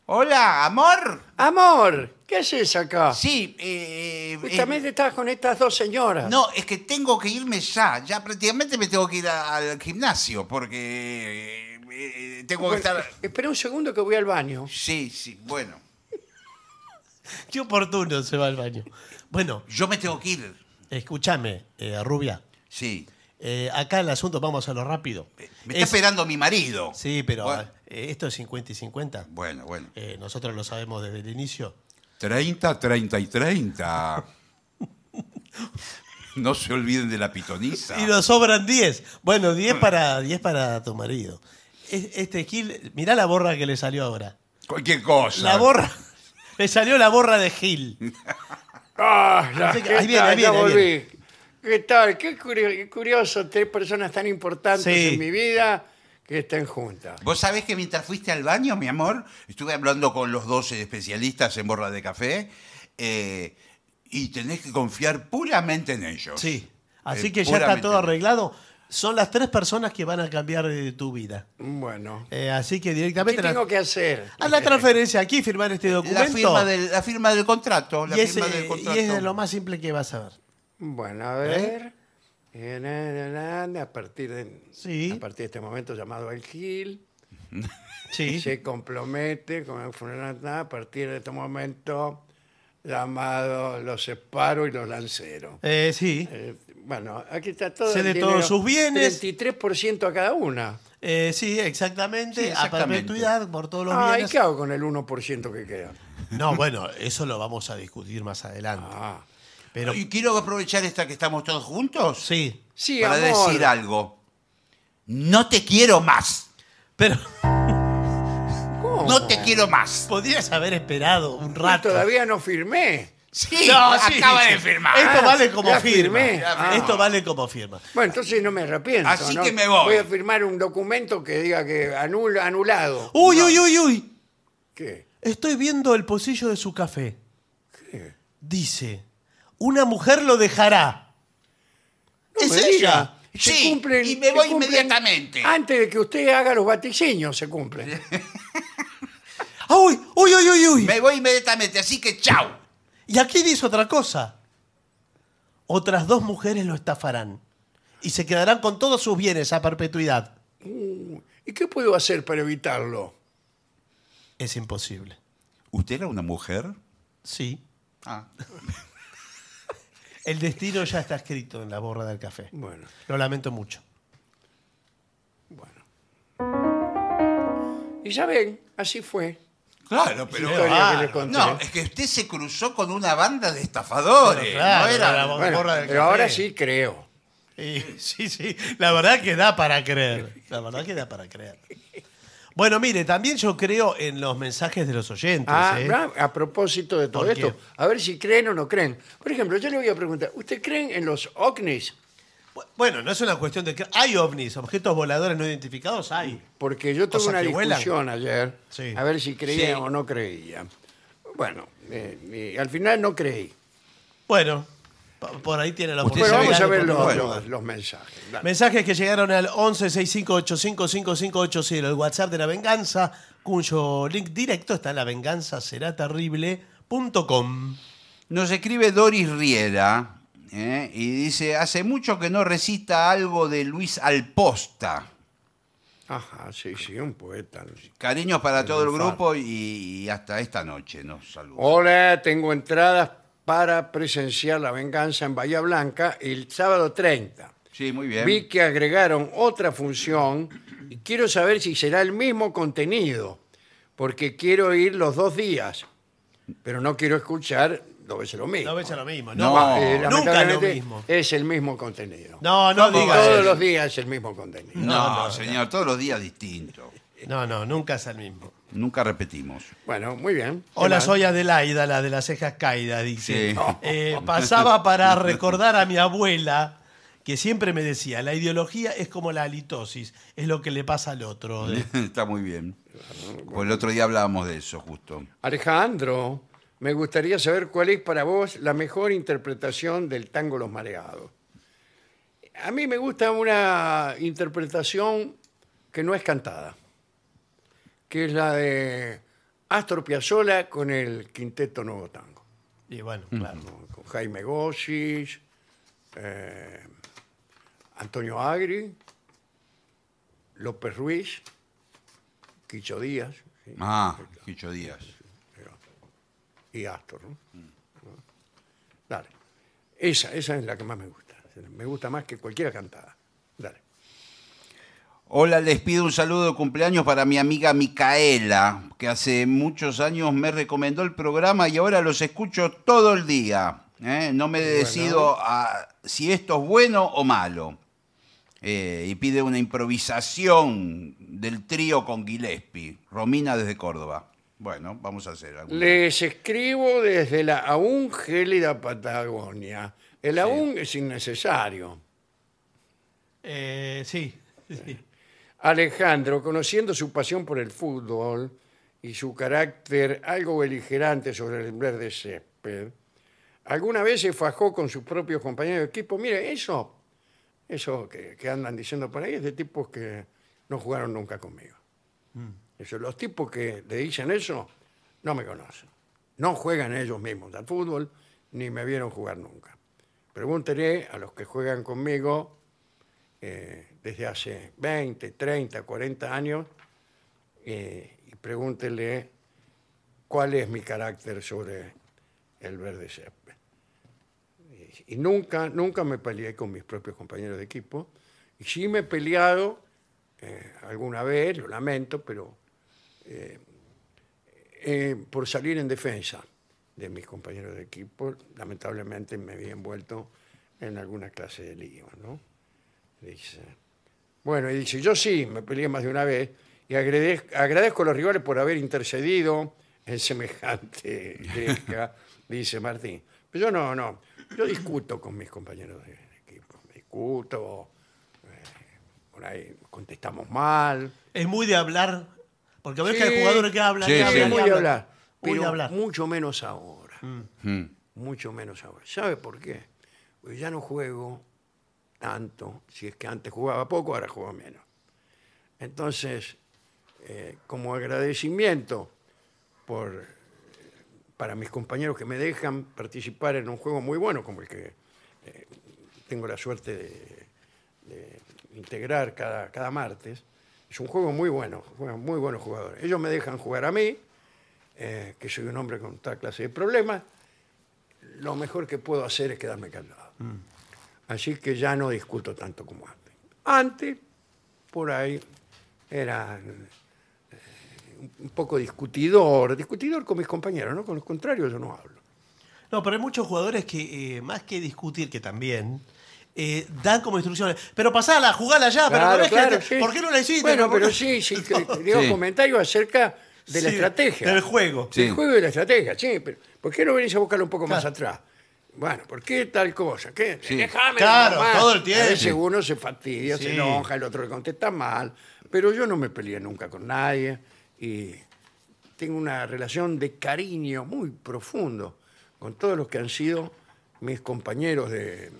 Hola, amor. Amor, ¿qué haces Ah. acá? Sí, eh, eh, Justamente estás con estas dos señoras. No, es que tengo que irme ya. Ya prácticamente me tengo que ir a- al gimnasio porque eh, eh, tengo que Bueno, estar. Espera un segundo que voy al baño. Sí, sí, bueno. Qué oportuno se va al baño. Bueno, Yo me tengo que ir. escúchame, eh, Rubia. Sí. Eh, Eh, acá el asunto, vamos a lo rápido. Me está Es- esperando mi marido. Sí, pero Bueno, eh, esto es 50 y 50. bueno. bueno. Eh, nosotros lo sabemos desde el inicio. 30, 30 y 30. No se olviden de la pitoniza. Y nos sobran 10. Bueno, 10 para, 10 para tu marido. Es- Este Gil, mirá la borra que le salió ahora. Cualquier cosa. La borra. Le salió la borra de Gil. Ah, la Así que- ¿qué ahí viene, tal? ahí viene, Ya ahí volví. viene. ¿Qué tal? Qué curio- curioso, tres personas tan importantes Sí. en mi vida que estén juntas. Vos sabés que mientras fuiste al baño, mi amor, estuve hablando con los 12 especialistas en borra de café eh, y tenés que confiar puramente en ellos. Sí. Así Eh, que ya está puramente todo en ellos. arreglado. Son las tres personas que van a cambiar de tu vida. Bueno, Eh, así que ¿qué directamente. la- tengo que hacer? Haz la transferencia aquí, firmar este documento. Eh, La firma, del, la firma del contrato. La y, es, firma eh, del y contrato. es de lo más simple que vas a ver. Bueno, a ver. Eh, na, na, na, A partir, de, Sí. a partir de este momento llamado el Gil, Sí. se compromete con el funeral a partir de este momento llamado los separos y los lanceros. Eh, sí. Eh, bueno, aquí está todo. Cede el todos dinero, sus bienes. 33% a cada una. Eh, sí, exactamente. Sí, A exactamente. perpetuidad por todos los Ah, ¿y bienes. qué hago con el 1% que queda? No, bueno, eso lo vamos a discutir más adelante. Ah. Pero Y quiero aprovechar esta que estamos todos juntos sí. Sí, para amor. decir algo. No te quiero más. Pero ¿Cómo? No te quiero más. podrías haber esperado un Y rato. Todavía no firmé. Sí, No, sí, acaba sí. de firmar. Esto Ah, vale como ya firma. firmé. Ah. Esto vale como firma. Bueno, entonces no me arrepiento. Así ¿no? que me voy. Voy a firmar un documento que diga que anul- anulado. Uh, Uy, uy, uy, uy. ¿Qué? Estoy viendo el pocillo de su café. ¿Qué? Dice, una mujer lo dejará. No es me ella. diga. Se Sí, cumplen- y me se voy cumplen inmediatamente. Antes de que usted haga los vaticinios, se cumplen. Ah, uy, uy, uy, uy, uy. Me voy inmediatamente, así que chao. Y aquí dice otra cosa. Otras dos mujeres lo estafarán. y se quedarán con todos sus bienes a perpetuidad. ¿Y qué puedo hacer para evitarlo? Es imposible. ¿Usted era una mujer? Sí. Ah. El destino ya está escrito en la borra del café. Bueno, Lo lamento mucho. y ya ven, así fue. Claro, pero. historia Ah, que le conté. no, es que usted se cruzó con una banda de estafadores. Pero claro, no era. era la- Bueno, borra del pero café. ahora sí creo. Y- sí, sí, la verdad que da para creer. La verdad que da para creer. Bueno, mire, también yo creo en los mensajes de los oyentes. Ah, ¿eh? ah, a propósito de todo ¿Por esto, qué? a ver si creen o no creen. Por ejemplo, yo le voy a preguntar, ¿usted creen en los ovnis? Bu- Bueno, no es una cuestión de que hay ovnis, objetos voladores no identificados, hay. Porque yo tuve Cosas una que vuelan. discusión ayer, Sí. a ver si creía Sí. o no creía. Bueno, eh, eh, al final no creí. Bueno, pa- por ahí tiene la Usted Bueno, sabe vamos que a algo ver no los, puedo. los- los mensajes. Dale. Mensajes que llegaron al 1165855580, el WhatsApp de La Venganza, cuyo link directo está en lavenganzaseraterrible.com. Nos escribe Doris Riera ¿eh? y dice: Hace mucho que no recita algo de Luis Alposta. Ajá, sí, sí, un poeta. Cariños para todo el grupo y, y hasta esta noche. Nos saluda. Hola, tengo entradas para presenciar la venganza en Bahía Blanca el sábado 30. Sí, muy bien. Vi que agregaron otra función y quiero saber si será el mismo contenido, porque quiero ir los dos días, pero no quiero escuchar dos veces lo mismo. No ves lo mismo, No, no. Eh, nunca lamentablemente lo mismo. Es el mismo contenido. No, no ¿Cómo digas. va a Todos ser? los días es el mismo contenido. No, No, no, señor, todos los días distinto. No, no, nunca es el mismo. Nunca repetimos. Bueno, muy bien. ¿Qué Hola, más? soy Adelaida, la de las cejas caídas, dice. Sí. Eh, pasaba para recordar a mi abuela que siempre me decía, la ideología es como la halitosis, es lo que le pasa al otro. Está muy bien. Pues el otro día hablábamos de eso, justo. Alejandro, me gustaría saber cuál es para vos la mejor interpretación del tango Los Mareados. A mí me gusta una interpretación que no es cantada, que es la de Astor Piazzolla con el Quinteto Nuevo Tango, Y bueno, Mm. claro. con Jaime Gossis, eh, Antonio Agri, López Ruiz, Quicho Díaz ¿sí? Ah, Quicho Díaz. y Astor. ¿no? ¿No? Dale. Esa, esa es la que más me gusta. Me gusta más que cualquiera cantada. Dale. Hola, les pido un saludo de cumpleaños para mi amiga Micaela, que hace muchos años me recomendó el programa y ahora los escucho todo el día. ¿eh? No me decido a si esto es bueno o malo. Eh, y pide una improvisación del trío con Gillespie. Romina desde Córdoba. Bueno, vamos a hacer algo. Les escribo desde la aún gélida Patagonia. El aún es innecesario. Eh, sí, sí. Alejandro, conociendo su pasión por el fútbol y su carácter algo beligerante sobre el verde césped, alguna vez se fajó con sus propios compañeros de equipo. Mire, eso, eso que, que andan diciendo por ahí es de tipos que no jugaron nunca conmigo. Eso, los tipos que le dicen eso no me conocen. No juegan ellos mismos al fútbol ni me vieron jugar nunca. Pregúntenle a los que juegan conmigo eh, desde hace 20, 30, 40 años eh, y pregúntele cuál es mi carácter sobre el verde césped. Eh, Y nunca, nunca me peleé con mis propios compañeros de equipo. Y sí me he peleado eh, alguna vez, lo lamento, pero eh, eh, por salir en defensa de mis compañeros de equipo, lamentablemente me había envuelto en alguna clase de lío, ¿no? Dice. Bueno, y dice, yo sí, me peleé más de una vez y agradezco, agradezco a los rivales por haber intercedido en semejante gresca, dice Martín. Pero yo no, no, yo discuto con mis compañeros de equipo, discuto, eh, por ahí contestamos mal. Es muy de hablar, porque ves que Sí. hay jugadores que hablan, Sí, que sí. hablan, que muy de hablan. hablar, Muy de pero hablar. mucho menos ahora, Mm. mucho menos ahora. ¿Sabe por qué? Porque ya no juego tanto, si es que antes jugaba poco, ahora juego menos. Entonces, eh, como agradecimiento por, para mis compañeros que me dejan participar en un juego muy bueno, como el que eh, tengo la suerte de, de integrar cada, cada martes. Es un juego muy bueno, juegan muy buenos jugadores. Ellos me dejan jugar a mí, eh, que soy un hombre con tal clase de problemas. Lo mejor que puedo hacer es quedarme callado. Mm. Así que ya no discuto tanto como antes. Antes, por ahí, era eh, un poco discutidor, discutidor con mis compañeros, ¿no? Con los contrarios yo no hablo. Ah, No, pero hay muchos jugadores que, eh, más que discutir, que también, eh, dan como instrucciones. Pero pasala, jugala ya, pero no Claro, ves que claro, te- sí. ¿por qué no la hiciste? Bueno, ¿Por pero qué no? sí, sí, que- No. que digo Sí. comentarios acerca de la Sí, estrategia. Del juego. Sí. Del juego y de la estrategia, sí, pero ¿por qué no venís a buscarlo un poco más Claro. atrás? Bueno, ¿por qué tal cosa? ¿Qué? Sí. Déjame Claro, nomás. todo el tiempo. A veces uno se fastidia, Sí. se enoja, el otro le contesta mal, pero yo no me peleé nunca con nadie y tengo una relación de cariño muy profundo con todos los que han sido mis compañeros de,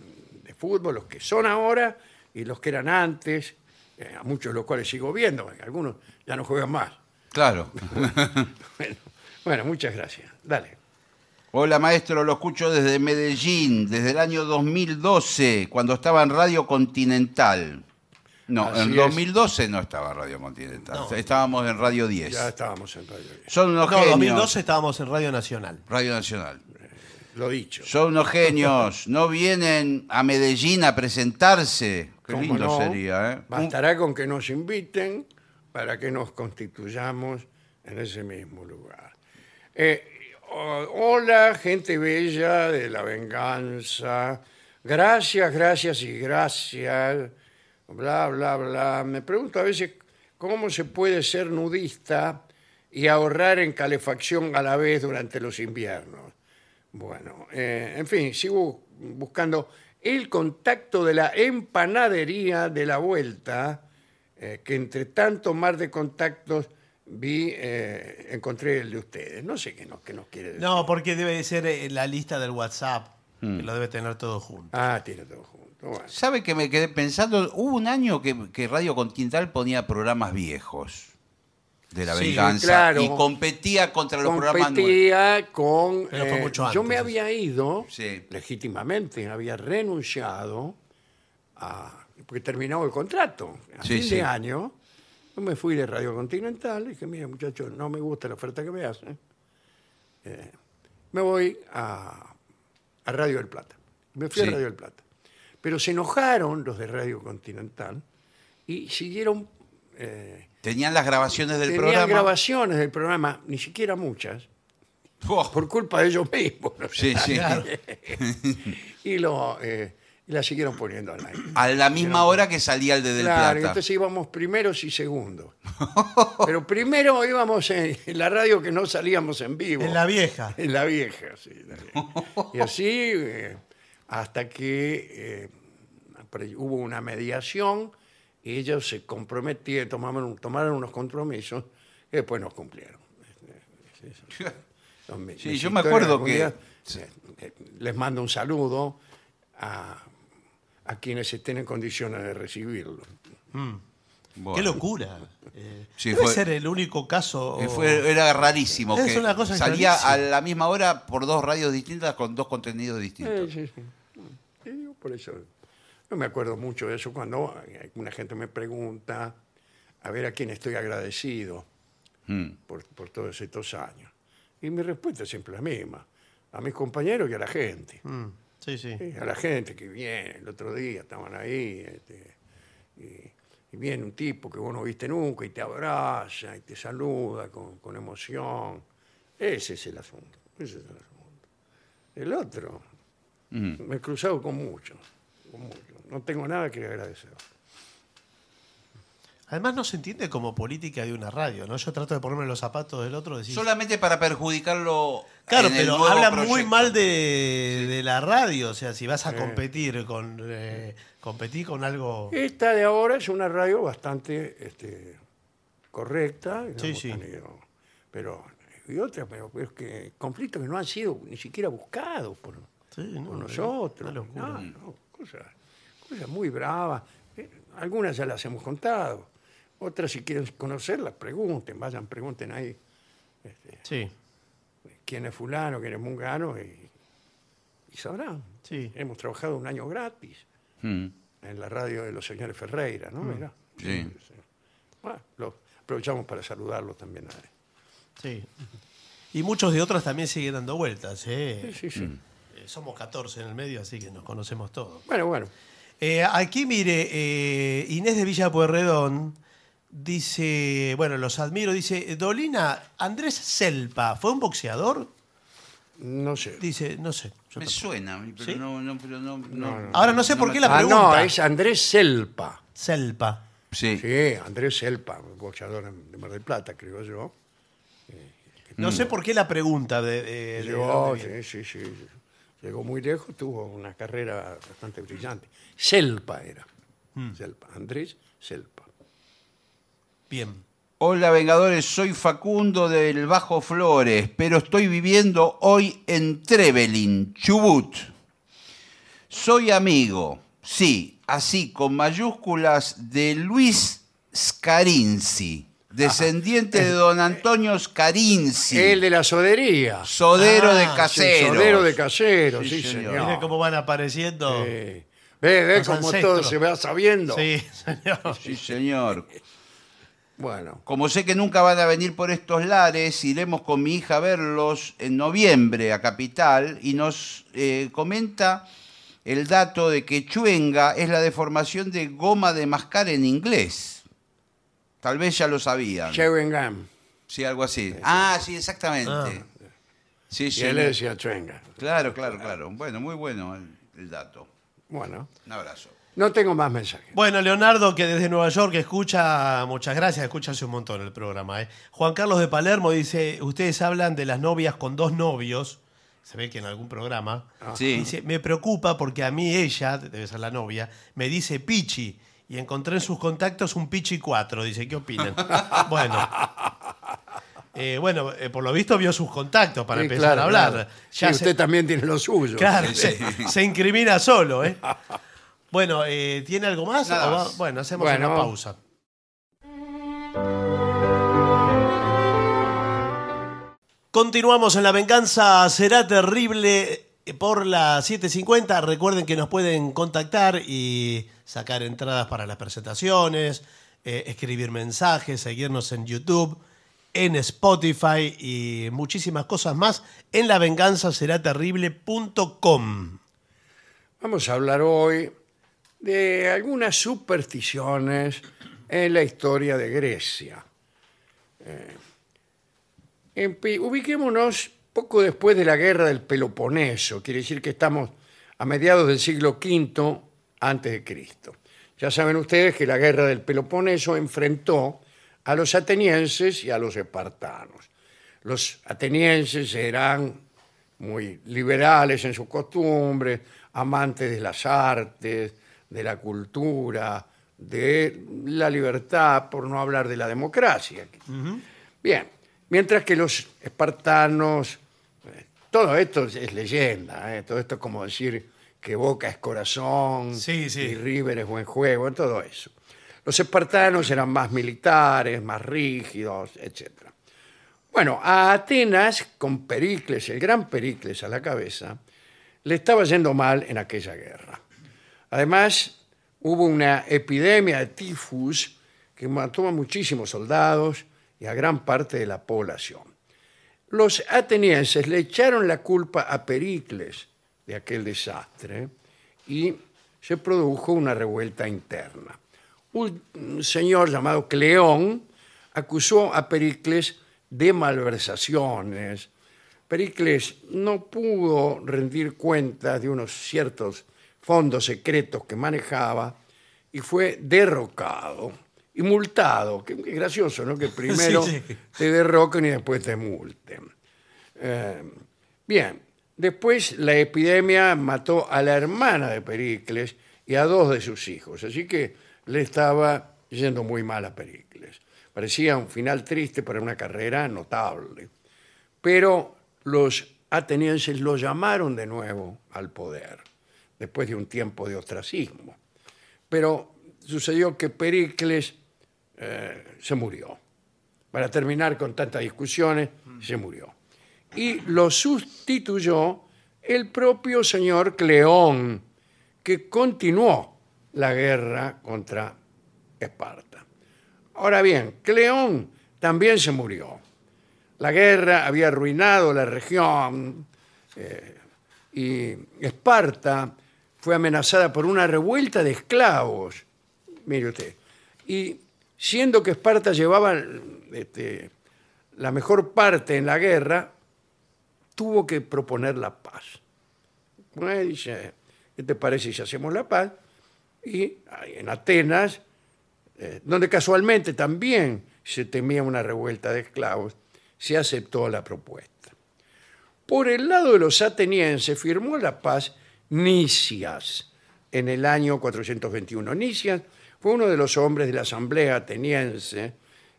de fútbol, los que son ahora y los que eran antes, eh, a muchos de los cuales sigo viendo, algunos ya no juegan más. Claro. Bueno, bueno, muchas gracias. Dale. Hola maestro, lo escucho desde Medellín, desde el año 2012, cuando estaba en Radio Continental. No, Así en es. 2012 no estaba Radio Continental, No. estábamos en Radio 10. Ya estábamos en radio. Son unos No, genios. 2012 estábamos en Radio Nacional. Radio Nacional. Lo dicho. Son unos genios, no vienen a Medellín a presentarse. Qué ¿Cómo lindo no? sería, ¿eh? Bastará con que nos inviten para que nos constituyamos en ese mismo lugar. Eh, o- hola, gente bella de la venganza. Gracias, gracias y gracias. Bla, bla, bla. Me pregunto a veces cómo se puede ser nudista y ahorrar en calefacción a la vez durante los inviernos. Bueno, eh, en fin, sigo buscando el contacto de la empanadería de la vuelta, eh, que entre tanto mar de contactos vi, eh, encontré el de ustedes. No sé qué nos, qué nos quiere decir. No, porque debe ser eh, la lista del WhatsApp, Mm. que lo debe tener todo junto. Ah, tiene todo junto. Bueno. ¿Sabe que me quedé pensando? Hubo un año que, que Radio Continental ponía programas viejos de la Sí, venganza claro. y competía contra los programas nuevos. competía con... eh, Pero fue mucho yo antes, me eso. había ido, Sí. legítimamente, había renunciado a... Porque terminaba el contrato. A Sí, fin sí. de año, yo me fui de Radio Continental y dije, mira muchachos, no me gusta la oferta que me hacen. Eh, me voy a, a Radio del Plata. Me fui Sí. a Radio del Plata. Pero se enojaron los de Radio Continental y siguieron... eh, Tenían las grabaciones del tenían programa. grabaciones del programa, ni siquiera muchas, Oh, por culpa de ellos mismos. ¿no? sí, sí. Y, lo, eh, y la siguieron poniendo al aire. A la misma hora que salía el Ah, de Del Claro, Plata. entonces íbamos primeros y segundos. Pero primero íbamos en, en la radio que no salíamos en vivo. En la vieja. En la vieja, sí. la vieja. Y así eh, hasta que eh, apre- hubo una mediación y ellos se comprometieron, tomaron, tomaron unos compromisos y después nos cumplieron. Sí, sí. Son mi- Sí, mis yo me historias. acuerdo Algún que- día, eh, eh, les mando un saludo a, a quienes estén en condiciones de recibirlo. Bueno, Qué locura. Eh, Sí, debe fue- ser el único caso. que fue- eh. era rarísimo. Es que una cosa salía rarísima. a la misma hora por dos radios distintas con dos contenidos distintos. Sí, sí, sí. Sí, yo por eso no me acuerdo mucho de eso cuando eh, una gente me pregunta a ver a quién estoy agradecido Mm. por, por todos estos años. Y mi respuesta es siempre la misma, a mis compañeros y a la gente. Mm, sí, sí. Sí, eh, A la gente que viene, el otro día estaban ahí, este, y, y viene un tipo que vos no viste nunca y te abraza y te saluda con, con emoción. Ese es el asunto, ese es el asunto. El otro, me he cruzado con muchos, con muchos. No tengo nada que agradecer. Además no se entiende como política de una radio, ¿no? Yo trato de ponerme los zapatos del otro. Decir, Solamente para perjudicarlo. claro, en el pero nuevo habla muy proyecto. mal de, de la radio. O sea, si vas a competir con eh, competir con algo... Esta de ahora es una radio bastante este, correcta. y no Sí, hemos sí. tenido- pero, y otras, pero, pero es que conflictos que no han sido ni siquiera buscados por, Sí, no, eh, por no, nosotros. una locura. No, no, cosas, cosas muy bravas. Eh, Algunas ya las hemos contado. Otras, si quieren conocerlas, pregunten, vayan, pregunten ahí Sí, quién es fulano, quién es mungano y, y sabrán. sí. Hemos trabajado un año gratis. Mm. ¿eh? en la radio de los señores Ferreira, Mm. ¿no? Mira. Sí. Bueno, lo- aprovechamos para saludarlo también a él. Sí. Y muchos de otros también siguen dando vueltas. ¿eh? Sí, sí. Eh, Somos 14 en el medio, así que nos conocemos todos. Bueno, bueno. Eh, aquí, mire, eh, Inés de Villa Pueyrredón dice, bueno, los admiro, dice, Dolina, Andrés Selpa, ¿fue un boxeador? No sé. Dice, no sé. yo Me tampoco. suena, pero ¿Sí? no, no, pero no, no. Ahora no sé por qué la Ah, pregunta. no, es Andrés Selpa. Selpa. Ah, Sí. Sí, Andrés Selpa, boxeador de Mar del Plata, creo yo. No sé por qué la pregunta de... de- de Llegó, dónde viene. sí, sí, sí. Llegó muy lejos, tuvo una carrera bastante brillante. Selpa era. Hmm. Selpa, Andrés Selpa. Bien. Hola Vengadores, soy Facundo del Bajo Flores, pero estoy viviendo hoy en Trevelin, Chubut. Soy amigo, sí, así con mayúsculas de Luis Scarinzi, descendiente de don Antonio Scarinzi, El de la sodería. sodero Ah, de sí, casero. Sodero de casero, sí, Sí, señor. señor. Mire cómo van apareciendo. Sí. Ve, ve Los cómo ancestros. todo se va sabiendo. Sí, señor. Sí, señor. Bueno, Como sé que nunca van a venir por estos lares, iremos con mi hija a verlos en noviembre a Capital y nos eh, comenta el dato de que chuenga es la deformación de goma de mascar en inglés. Tal vez ya lo sabían. chewing gum. Sí, algo así. Ah, sí, exactamente. Ah. Sí, Y sí. él le decía chuenga. Claro, claro, claro. Bueno, muy bueno el, el dato. Bueno, Un abrazo. no tengo más mensajes. Bueno, Leonardo, que desde Nueva York escucha, muchas gracias, escucha hace un montón el programa. ¿eh? Juan Carlos de Palermo dice, ustedes hablan de las novias con dos novios, se ve que en algún programa. Sí. Dice, me preocupa porque a mí ella, debe ser la novia, me dice Pichi y encontré en sus contactos un Pichi 4. Dice, ¿qué opinan? bueno. Eh, bueno, eh, por lo visto vio sus contactos para Sí, empezar claro, a hablar. claro. Ya Sí, se- usted también tiene lo suyo. Claro, se, se incrimina solo, ¿eh? Bueno, eh, ¿tiene algo más? Nada O va- más. Bueno, hacemos Bueno. una pausa. Continuamos en La Venganza Será Terrible eh, por la 750. Recuerden que nos pueden contactar y sacar entradas para las presentaciones, eh, escribir mensajes, seguirnos en YouTube, en Spotify y muchísimas cosas más en lavenganzaseraterrible.com. Vamos a hablar hoy de algunas supersticiones en la historia de Grecia. Eh, empe- ubiquémonos poco después de la guerra del Peloponeso, quiere decir que estamos a mediados del siglo V antes de Cristo. Ya saben ustedes que la guerra del Peloponeso enfrentó a los atenienses y a los espartanos. Los atenienses eran muy liberales en sus costumbres, amantes de las artes, de la cultura, de la libertad, por no hablar de la democracia. Bien, mientras que los espartanos, eh, todo esto es leyenda, eh, todo esto es como decir que Boca es corazón Sí, sí. y River es buen juego, todo eso. Los espartanos eran más militares, más rígidos, etcétera. Bueno, a Atenas, con Pericles, el gran Pericles a la cabeza, le estaba yendo mal en aquella guerra. Además, hubo una epidemia de tifus que mató a muchísimos soldados y a gran parte de la población. Los atenienses le echaron la culpa a Pericles de aquel desastre y se produjo una revuelta interna. Un un señor llamado Cleón acusó a Pericles de malversaciones. Pericles no pudo rendir cuentas de unos ciertos fondos secretos que manejaba y fue derrocado y multado. Qué, qué gracioso, ¿no? Que primero Sí, sí. te derroquen y después te multen. Eh, bien, después la epidemia mató a la hermana de Pericles y a dos de sus hijos, así que le estaba yendo muy mal a Pericles. Parecía un final triste para una carrera notable, pero los atenienses lo llamaron de nuevo al poder, después de un tiempo de ostracismo. Pero sucedió que Pericles eh, se murió para terminar con tantas discusiones, se murió. Y lo sustituyó el propio señor Cleón, que continuó la guerra contra Esparta. Ahora bien, Cleón también se murió. La guerra había arruinado la región eh, y Esparta fue amenazada por una revuelta de esclavos. Mire usted. Y siendo que Esparta llevaba este, la mejor parte en la guerra, tuvo que proponer la paz. Bueno, dice, ¿qué te parece si hacemos la paz? Y ay, en Atenas, eh, donde casualmente también se temía una revuelta de esclavos, se aceptó la propuesta. Por el lado de los atenienses firmó la paz Nicias en el año 421. Nicias fue uno de los hombres de la asamblea ateniense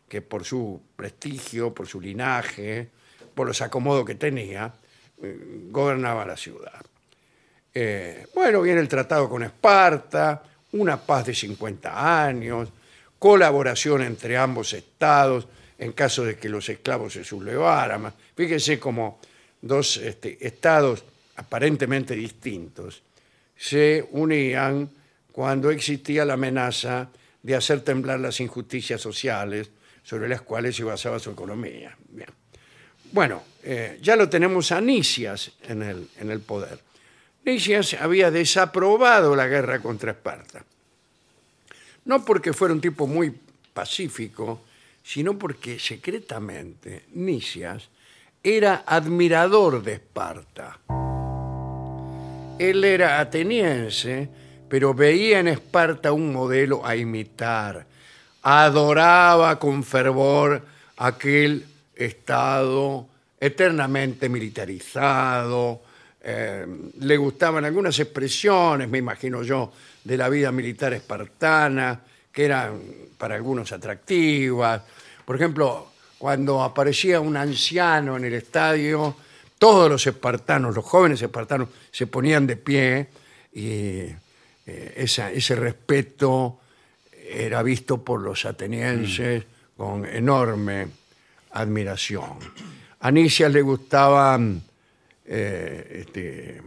que por su prestigio, por su linaje, por los acomodos que tenía, eh, gobernaba la ciudad. Eh, bueno, viene el tratado con Esparta, una paz de 50 años, colaboración entre ambos estados en caso de que los esclavos se sublevaran. Fíjense como dos este, estados aparentemente distintos se unían cuando existía la amenaza de hacer temblar las injusticias sociales sobre las cuales se basaba su economía. Bien. Bueno, eh, ya lo tenemos a Nicias en el, en el poder. Nicias había desaprobado la guerra contra Esparta. No porque fuera un tipo muy pacífico, sino porque secretamente Nicias era admirador de Esparta. Él era ateniense, pero veía en Esparta un modelo a imitar. Adoraba con fervor aquel estado eternamente militarizado, eh, le gustaban algunas expresiones, me imagino yo, de la vida militar espartana, que eran para algunos atractivas. Por ejemplo, cuando aparecía un anciano en el estadio, todos los espartanos, los jóvenes espartanos, se ponían de pie y eh, esa- ese respeto era visto por los atenienses con enorme admiración. A Nicias le gustaban eh, este,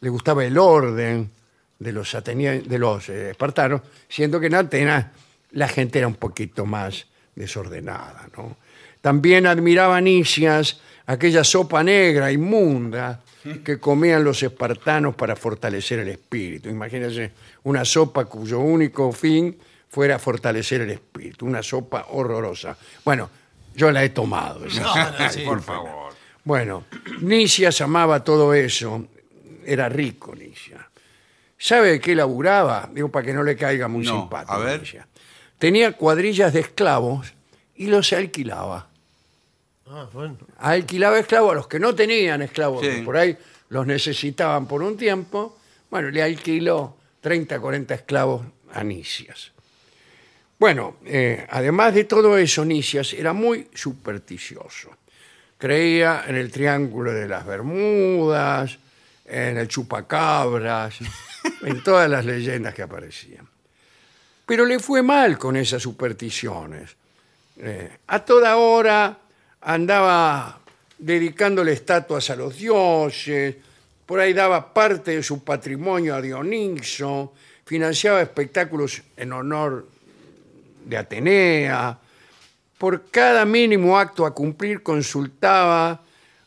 le gustaba el orden de los, atenie- de los eh, espartanos, siendo que en Atenas la gente era un poquito más desordenada. ¿no? También admiraba Nicias aquella sopa negra inmunda que comían los espartanos para fortalecer el espíritu. Imagínense una sopa cuyo único fin fuera fortalecer el espíritu, una sopa horrorosa. Bueno, yo la he tomado. esa No, no, sí. Por favor. bueno, Nicias amaba todo eso. Era rico Nicias. ¿Sabe de qué laburaba? Digo, para que no le caiga muy No, simpático. a ver. Nicias. Tenía cuadrillas de esclavos y los alquilaba. Ah, bueno. Alquilaba esclavos a los que no tenían esclavos, Sí. que por ahí los necesitaban por un tiempo. Bueno, le alquiló 30, 40 esclavos a Nicias. Bueno, eh, además de todo eso, Nicias era muy supersticioso. Creía en el triángulo de las Bermudas, en el chupacabras, en todas las leyendas que aparecían. Pero le fue mal con esas supersticiones. Eh, a toda hora andaba dedicándole estatuas a los dioses, por ahí daba parte de su patrimonio a Dioniso, financiaba espectáculos en honor de Atenea. Por cada mínimo acto a cumplir consultaba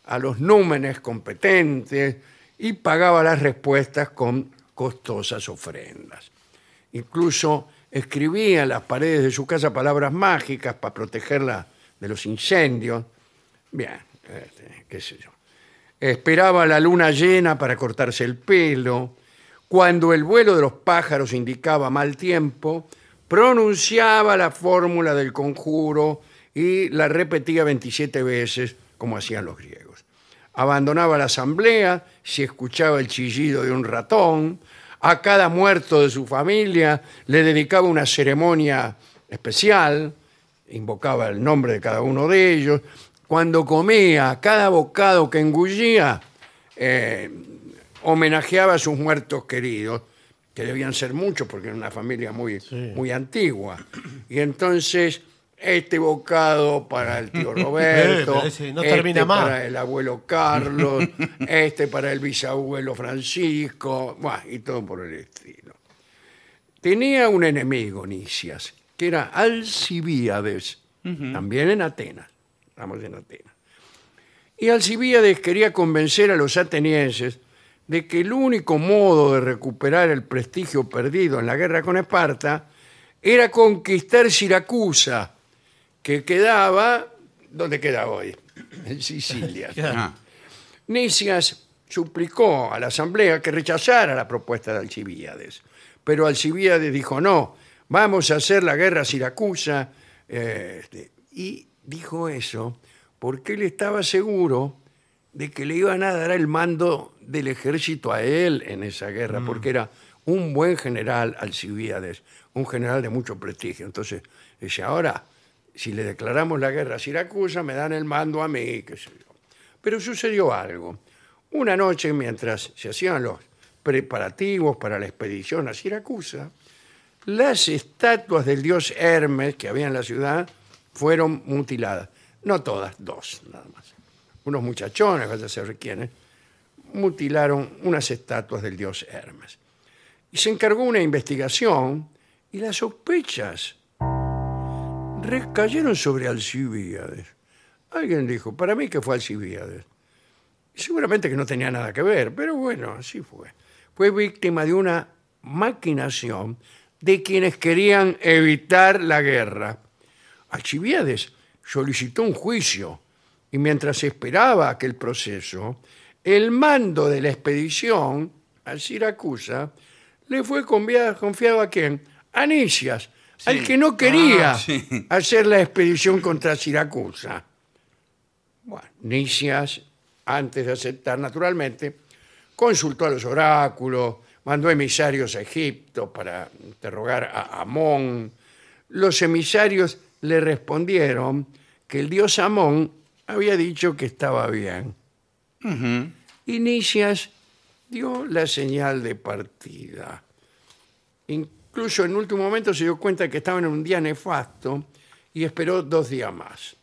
a los númenes competentes y pagaba las respuestas con costosas ofrendas. Incluso escribía en las paredes de su casa palabras mágicas para protegerla de los incendios. Bien, este, qué sé yo. Esperaba la luna llena para cortarse el pelo. Cuando el vuelo de los pájaros indicaba mal tiempo, pronunciaba la fórmula del conjuro y la repetía 27 veces, como hacían los griegos. Abandonaba la asamblea si escuchaba el chillido de un ratón. A cada muerto de su familia le dedicaba una ceremonia especial invocaba el nombre de cada uno de ellos. Cuando comía, cada bocado que engullía, eh, homenajeaba a sus muertos queridos, que debían ser muchos porque era una familia muy, muy antigua. Y entonces, este bocado para el tío Roberto, pero ese no este termina más. para el abuelo Carlos, este para el bisabuelo Francisco, buah, y todo por el estilo Tenía un enemigo, Nicias, que era Alcibíades, también en Atenas. Estamos en Atenas. Y Alcibíades quería convencer a los atenienses de que el único modo de recuperar el prestigio perdido en la guerra con Esparta era conquistar Siracusa, que quedaba donde queda hoy, en Sicilia. Ah, Nicias suplicó a la asamblea que rechazara la propuesta de Alcibíades, pero Alcibíades dijo no, vamos a hacer la guerra a Siracusa, eh, este, y dijo eso porque él estaba seguro de que le iban a dar el mando del ejército a él en esa guerra, porque era un buen general Alcibíades, un general de mucho prestigio. Entonces, dice, ahora, si le declaramos la guerra a Siracusa, me dan el mando a mí, qué sé yo. Pero sucedió algo. Una noche, mientras se hacían los preparativos para la expedición a Siracusa, las estatuas del dios Hermes que había en la ciudad fueron mutiladas. No todas, dos nada más. Unos muchachones, vaya a saber quiénes, mutilaron unas estatuas del dios Hermes. Y se encargó una investigación y las sospechas recayeron sobre Alcibíades. Alguien dijo, para mí que fue Alcibíades. Seguramente que no tenía nada que ver, pero bueno, así fue. Fue víctima de una maquinación de quienes querían evitar la guerra. Alcibiades solicitó un juicio y mientras esperaba aquel proceso, el mando de la expedición a Siracusa le fue convia- confiado a quién? A Nicias, al que no quería Ah, sí. hacer la expedición contra Siracusa. Bueno, Nicias, antes de aceptar, naturalmente, consultó a los oráculos, mandó emisarios a Egipto para interrogar a Amón. Los emisarios le respondieron que el dios Amón había dicho que estaba bien. Y Nicias dio la señal de partida. Incluso en último momento se dio cuenta que estaba en un día nefasto y esperó dos días más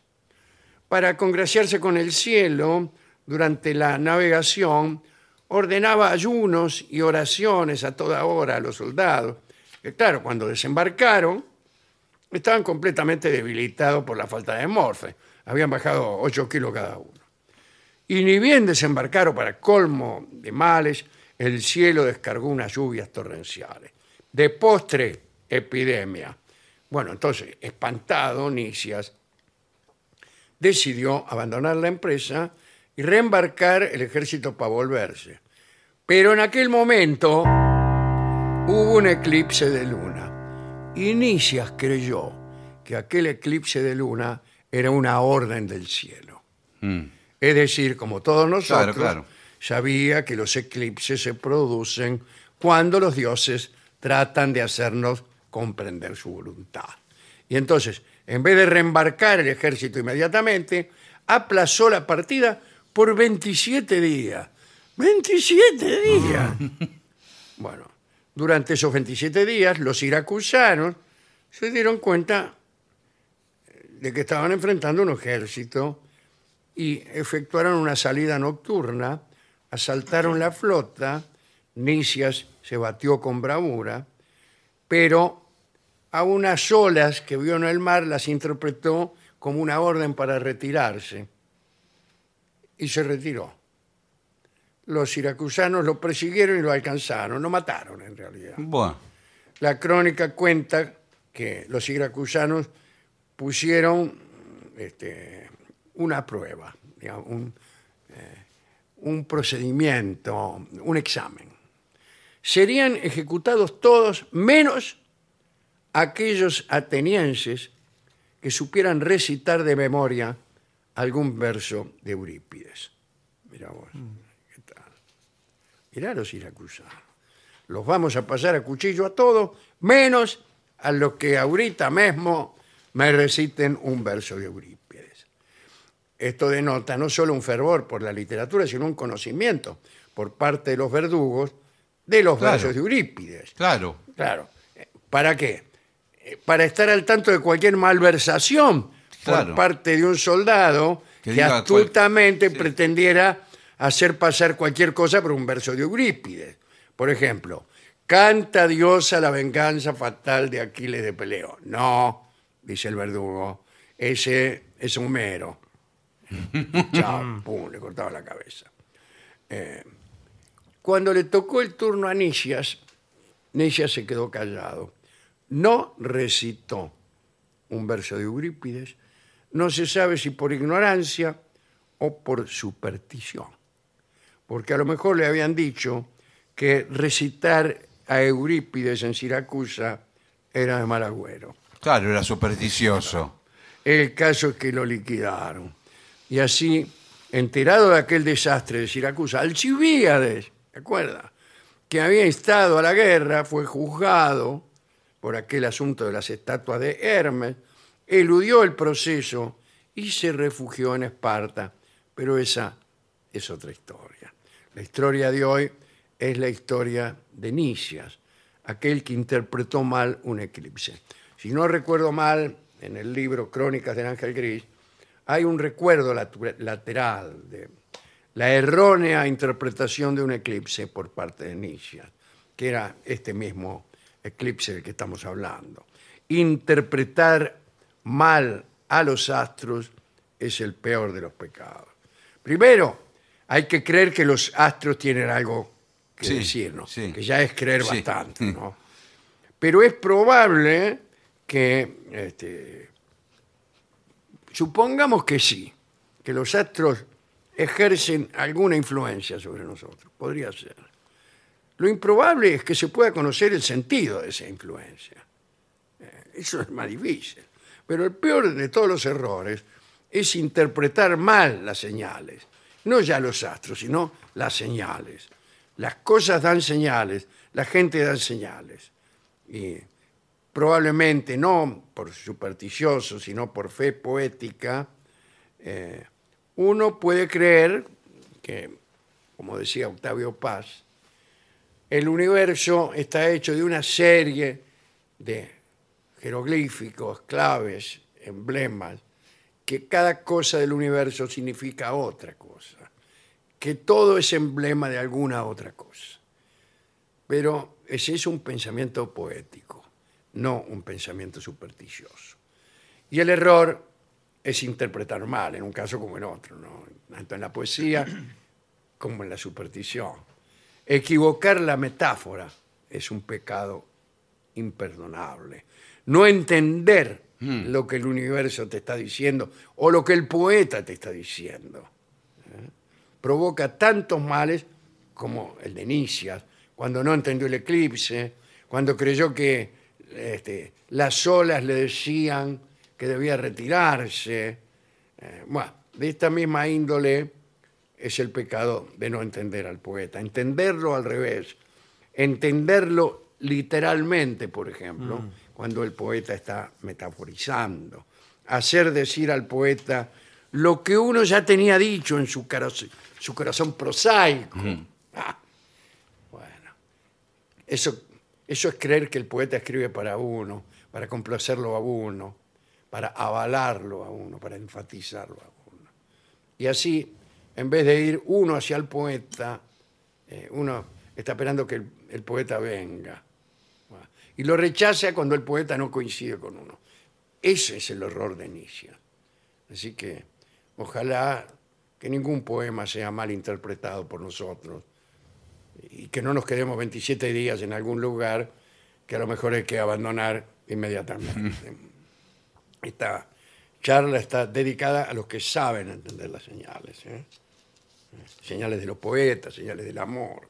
para congraciarse con el cielo durante la navegación, ordenaba ayunos y oraciones a toda hora a los soldados, que claro, cuando desembarcaron, estaban completamente debilitados por la falta de morfe, habían bajado 8 kilos cada uno. Y ni bien desembarcaron para colmo de males, el cielo descargó unas lluvias torrenciales. De postre, epidemia. Bueno, entonces, espantado, Nicias decidió abandonar la empresa y reembarcar el ejército para volverse. Pero en aquel momento hubo un eclipse de luna. Y Nicias creyó que aquel eclipse de luna era una orden del cielo. mm. Es decir, como todos nosotros, claro. sabía que los eclipses se producen cuando los dioses tratan de hacernos comprender su voluntad. Y entonces, en vez de reembarcar el ejército inmediatamente, aplazó la partida por 27 días. ¡27 días! bueno, durante esos 27 días, los iracusanos se dieron cuenta de que estaban enfrentando un ejército y efectuaron una salida nocturna, asaltaron la flota, Nicias se batió con bravura, pero a unas olas que vio en el mar las interpretó como una orden para retirarse y se retiró. Los siracusanos lo persiguieron y lo alcanzaron, lo mataron en realidad. Bueno, La crónica cuenta que los siracusanos pusieron este, una prueba, digamos, un, eh, un procedimiento, un examen. Serían ejecutados todos menos aquellos atenienses que supieran recitar de memoria algún verso de Eurípides. Mirá vos, ¿qué tal? Mirá los siracusanos. Los vamos a pasar a cuchillo a todos, menos a los que ahorita mismo me reciten un verso de Eurípides. Esto denota no solo un fervor por la literatura, sino un conocimiento por parte de los verdugos de los Claro. versos de Eurípides. claro. Claro. Eh, ¿Para qué? Eh, Para estar al tanto de cualquier malversación por Claro. parte de un soldado que, Que diga cual- astutamente pretendiera hacer pasar cualquier cosa por un verso de Eurípides. Por ejemplo, Canta diosa la venganza fatal de Aquiles de Peleo. No, dice el verdugo, ese es Homero. Chao, pum, le cortaba la cabeza. Eh, cuando le tocó el turno a Nicias, Nicias se quedó callado. No recitó un verso de Eurípides. No se sabe si por ignorancia o por superstición. Porque a lo mejor le habían dicho que recitar a Eurípides en Siracusa era de mal agüero. Claro, era supersticioso. El caso es que lo liquidaron. Y así, enterado de aquel desastre de Siracusa, Alcibíades, ¿te acuerdas? Que había instado a la guerra, fue juzgado por aquel asunto de las estatuas de Hermes, eludió el proceso y se refugió en Esparta. Pero esa es otra historia. La historia de hoy es la historia de Nicias, aquel que interpretó mal un eclipse. Si no recuerdo mal, en el libro Crónicas del Ángel Gris, hay un recuerdo latu- lateral de la errónea interpretación de un eclipse por parte de Nicias, que era este mismo eclipse del que estamos hablando. Interpretar mal a los astros es el peor de los pecados. Primero, hay que creer que los astros tienen algo que Sí, decirnos, sí. que ya es creer Sí. bastante, ¿no? Pero es probable que este, Supongamos que sí, que los astros ejercen alguna influencia sobre nosotros, podría ser. Lo improbable es que se pueda conocer el sentido de esa influencia. Eh, Eso es más difícil. Pero el peor de todos los errores es interpretar mal las señales. No ya los astros, sino las señales. Las cosas dan señales, la gente da señales. Y probablemente no por supersticioso, sino por fe poética, eh, uno puede creer que, como decía Octavio Paz, el universo está hecho de una serie de jeroglíficos, claves, emblemas, que cada cosa del universo significa otra cosa, que todo es emblema de alguna otra cosa. Pero ese es un pensamiento poético, no un pensamiento supersticioso. Y el error es interpretar mal, en un caso como en otro, ¿no? tanto en la poesía como en la superstición. Equivocar la metáfora es un pecado imperdonable. No entender lo que el universo te está diciendo o lo que el poeta te está diciendo provoca tantos males como el de Nicias, cuando no entendió el eclipse, cuando creyó que este, las olas le decían que debía retirarse. Eh, bueno, de esta misma índole es el pecado de no entender al poeta, entenderlo al revés, entenderlo literalmente, por ejemplo, cuando el poeta está metaforizando, hacer decir al poeta lo que uno ya tenía dicho en su, caro- su corazón prosaico. Ah, bueno, eso, eso es creer que el poeta escribe para uno, para complacerlo a uno, para avalarlo a uno, para enfatizarlo a uno. Y así, en vez de ir uno hacia el poeta, eh, uno está esperando que el, el poeta venga. Y lo rechaza cuando el poeta no coincide con uno. Ese es el horror de Nietzsche. Así que ojalá que ningún poema sea mal interpretado por nosotros y que no nos quedemos 27 días en algún lugar que a lo mejor hay que abandonar inmediatamente. Esta charla está dedicada a los que saben entender las señales. ¿eh? Señales de los poetas, señales del amor.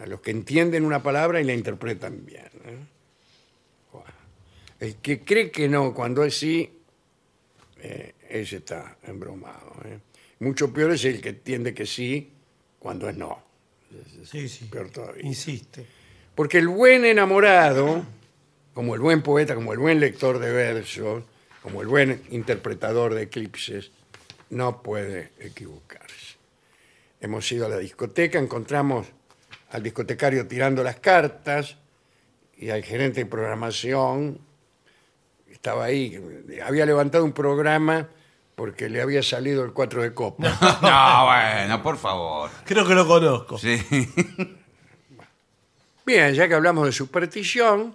A los que entienden una palabra y la interpretan bien. ¿eh? Bueno. El que cree que no, cuando es sí, eh, ese está embromado. ¿eh? Mucho peor es el que entiende que sí cuando es no. Sí, sí. Peor todavía. Insiste. Porque el buen enamorado, como el buen poeta, como el buen lector de versos, como el buen interpretador de eclipses, no puede equivocarse. Hemos ido a la discoteca, encontramos al discotecario tirando las cartas y al gerente de programación. Estaba ahí, había levantado un programa porque le había salido el 4 de copa. No, bueno, por favor. Creo que lo conozco. Sí. Bien, ya que hablamos de superstición,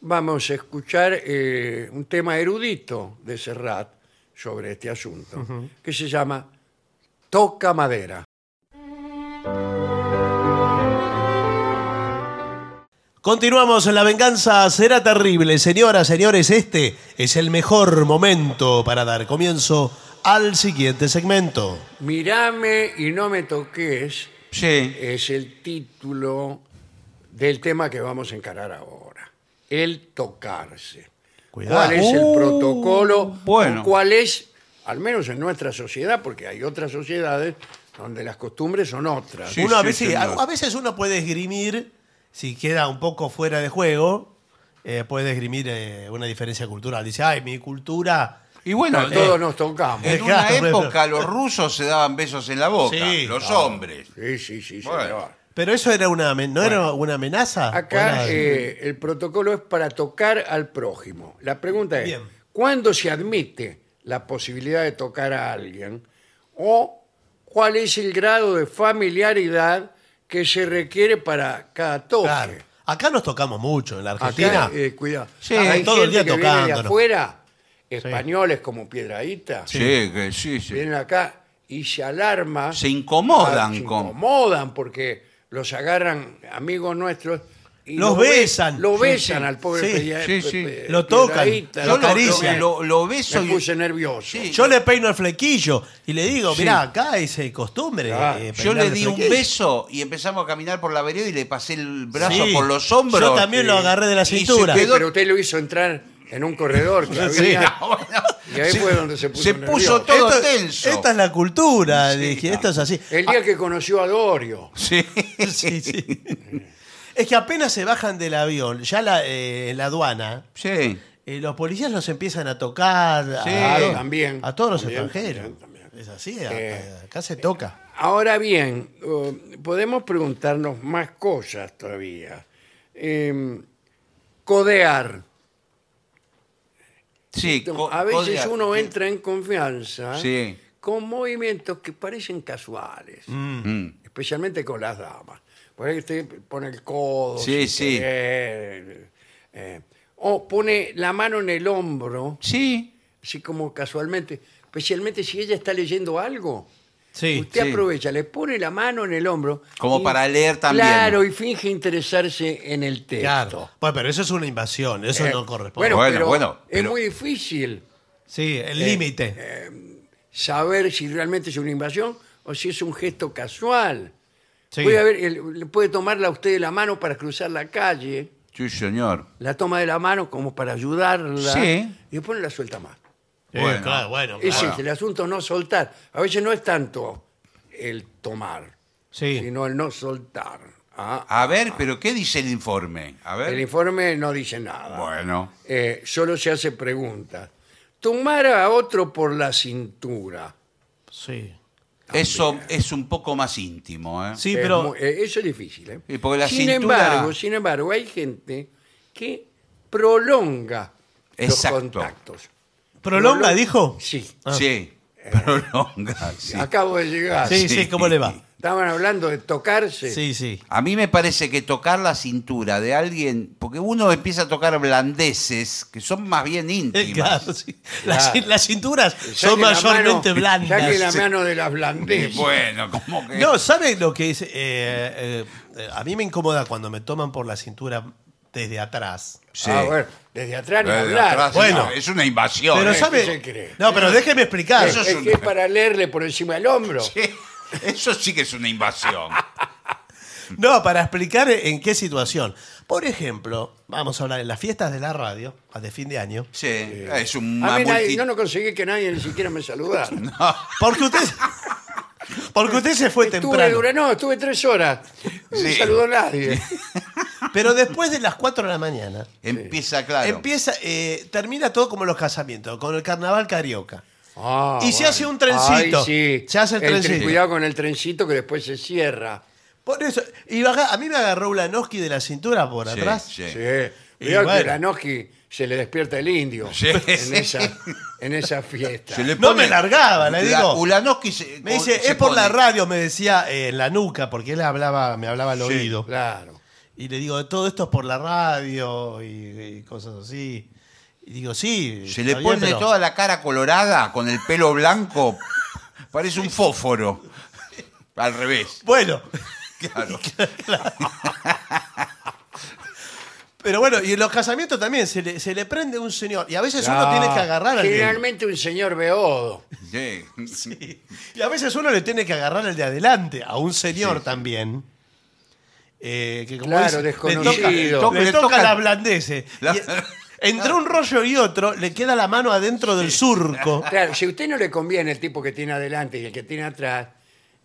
vamos a escuchar eh, un tema erudito de Serrat sobre este asunto, que se llama Toca Madera. Continuamos en La Venganza Será Terrible. Señoras, señores, este es el mejor momento para dar comienzo al siguiente segmento. Mirame y no me toques Sí. es el título del tema que vamos a encarar ahora. El tocarse. Cuidado. ¿Cuál es el Uh, protocolo? bueno. O ¿Cuál es, al menos en nuestra sociedad, porque hay otras sociedades donde las costumbres son otras? Sí, uno a, sí, veces, señor. a- a veces uno puede esgrimir, si queda un poco fuera de juego, eh, puede esgrimir eh, una diferencia cultural. Dice, ay, mi cultura. Y bueno, No, todos nos tocamos. en una Claro, bueno. época los rusos se daban besos en la boca, Sí, los claro. hombres. Sí, sí, sí, Bueno. señor. Pero eso era una, amen- no era una amenaza. Acá Bueno, eh, el protocolo es para tocar al prójimo. La pregunta es, Bien. ¿cuándo se admite la posibilidad de tocar a alguien? ¿O cuál es el grado de familiaridad que se requiere para cada toque? claro. Acá nos tocamos mucho en la Acá, Argentina. eh, cuidado. Sí, Hay todo el gente día que viene de tocándonos. afuera, españoles como Piedraíta, Sí, que sí, sí. vienen acá y se alarma. Se incomodan Ah, se con- incomodan porque los agarran amigos nuestros. Y Los be- besan. Lo Sí, besan sí. al pobre Sí, Peña- sí, sí. Pe- Pe- Lo tocan. Piedrahíta, Yo Lo lo, acarician. lo- lo beso Me y- puse nervioso. Sí. Yo le peino el flequillo y le digo, Sí. mirá, acá es eh, costumbre. Claro. eh, yo peinar le el di un flequillo". beso y empezamos a caminar por la vereda y le pasé el brazo Sí. por los hombros. Yo también lo agarré de la Y se cintura. Sí, quedó- pero usted lo hizo entrar en un corredor que Sí, había, no, Ah, bueno. y ahí Sí. fue donde se puso Se nervioso. puso todo tenso. Esta es la cultura, dije, esto es así. Ah. El día que conoció a Dorio. Sí. Sí, sí. es que apenas se bajan del avión, ya la, eh, en la aduana, Sí. eh, los policías los empiezan a tocar. a- Sí. a, Claro, también, A todos los también, extranjeros. también, Es así, a- Eh, acá se toca. Ahora bien, eh, podemos preguntarnos más cosas todavía. Em, codear. Sí, co- a veces codear. uno entra en confianza Sí. con movimientos que parecen casuales, Mm. especialmente con las damas. Por ahí usted pone el codo, Sí, sin sí. querer, eh, o pone la mano en el hombro, Sí. así como casualmente, especialmente si ella está leyendo algo. Sí. Usted sí. aprovecha, le pone la mano en el hombro. Como para leer también. Claro, y finge interesarse en el texto. Claro. Bueno, pero eso es una invasión, eso Eh, no corresponde. Bueno, Bueno, eh, pero bueno, es pero- muy difícil sí, el límite. saber si realmente es una invasión o si es un gesto casual. Sí. Puede haber- el- le puede tomarla a usted de la mano para cruzar la calle, Sí, señor. la toma de la mano como para ayudarla Sí. y después no la suelta más. Eh, bueno. claro, bueno, Ese claro. es el asunto, no soltar. A veces no es tanto el tomar, Sí. sino el no soltar. Ah, A ver, pero ¿qué dice el informe? A El ver. informe no dice nada. Bueno. Eh, solo se hace preguntas. Tomar a otro por la cintura. Sí. Ah, Eso es un poco más íntimo, ¿eh? Sí, Es pero mu- eh, eso es difícil. ¿eh? Y porque la sin cintura- embargo, sin embargo, hay gente que prolonga Exacto. los contactos. ¿Prolonga, Prolon- dijo? Sí. Sí. Prolonga. sí. Acabo de llegar. Sí, sí, ¿cómo le va? Estaban hablando de tocarse. Sí, sí. A mí me parece que tocar la cintura de alguien, porque uno empieza a tocar blandeces que son más bien Eh, íntimas. claro, sí. Las, Claro. las cinturas Saque son la mayormente mano- Saque la blandas. mano de las Y blandezas. Eh, bueno, como que No, ¿sabes lo que es? Eh, eh, eh, a mí me incomoda cuando me toman por la cintura desde atrás. Sí. Ah, bueno, desde atrás ni Desde hablar. atrás, Bueno. no, es una invasión. Pero ¿eh? sabe- ¿sabes? ¿qué se cree? No, pero déjeme explicar. Eso es, es un- que es para leerle por encima del hombro. Eso sí que es una invasión. No, para explicar en qué situación. Por ejemplo, vamos a hablar en las fiestas de la radio, las de fin de año. Sí, es un A mí nadie- multi- yo no conseguí que nadie ni siquiera me saludara. Porque usted, porque usted se fue Estuve temprano. dura- no, estuve tres horas. No me Sí. saludó nadie. Pero después de las 4 de la mañana, Empieza, claro. empieza, eh, termina todo como los casamientos, con el carnaval carioca. Ah, Y se hace un trencito. Ay, sí. Se hace el tre- trencito. Cuidado con el trencito que después se cierra. Por eso, y baja- a mí me agarró Ulanowski de la cintura por Sí, atrás. sí. Sí. Y Cuidado bueno. que la Noski se le despierta el indio Sí, en, sí. Esa, en esa fiesta. Se le No pone- me largaba, le La- digo. Ulanovsky se- Me dice, se es por la pone- radio, me decía eh, en la nuca, porque él hablaba, me hablaba al oído. Claro. y le digo, todo esto es por la radio y, y cosas así. Y digo, sí. Se le está bien, pone pero toda la cara colorada con el pelo blanco. Parece un fósforo. Al revés. Bueno, Claro. pero bueno, y en los casamientos también se le, se le prende un señor. Y a veces uno Ah, tiene que agarrar al de, Generalmente un señor beodo. Sí. Y a veces uno le tiene que agarrar al de adelante, a un señor también. Eh, que como Claro, dice, le toca- desconocido. Le toca, Le toca- la blandece. La- Y entre un rollo y otro, le queda la mano adentro del surco. Claro, si a usted no le conviene el tipo que tiene adelante y el que tiene atrás,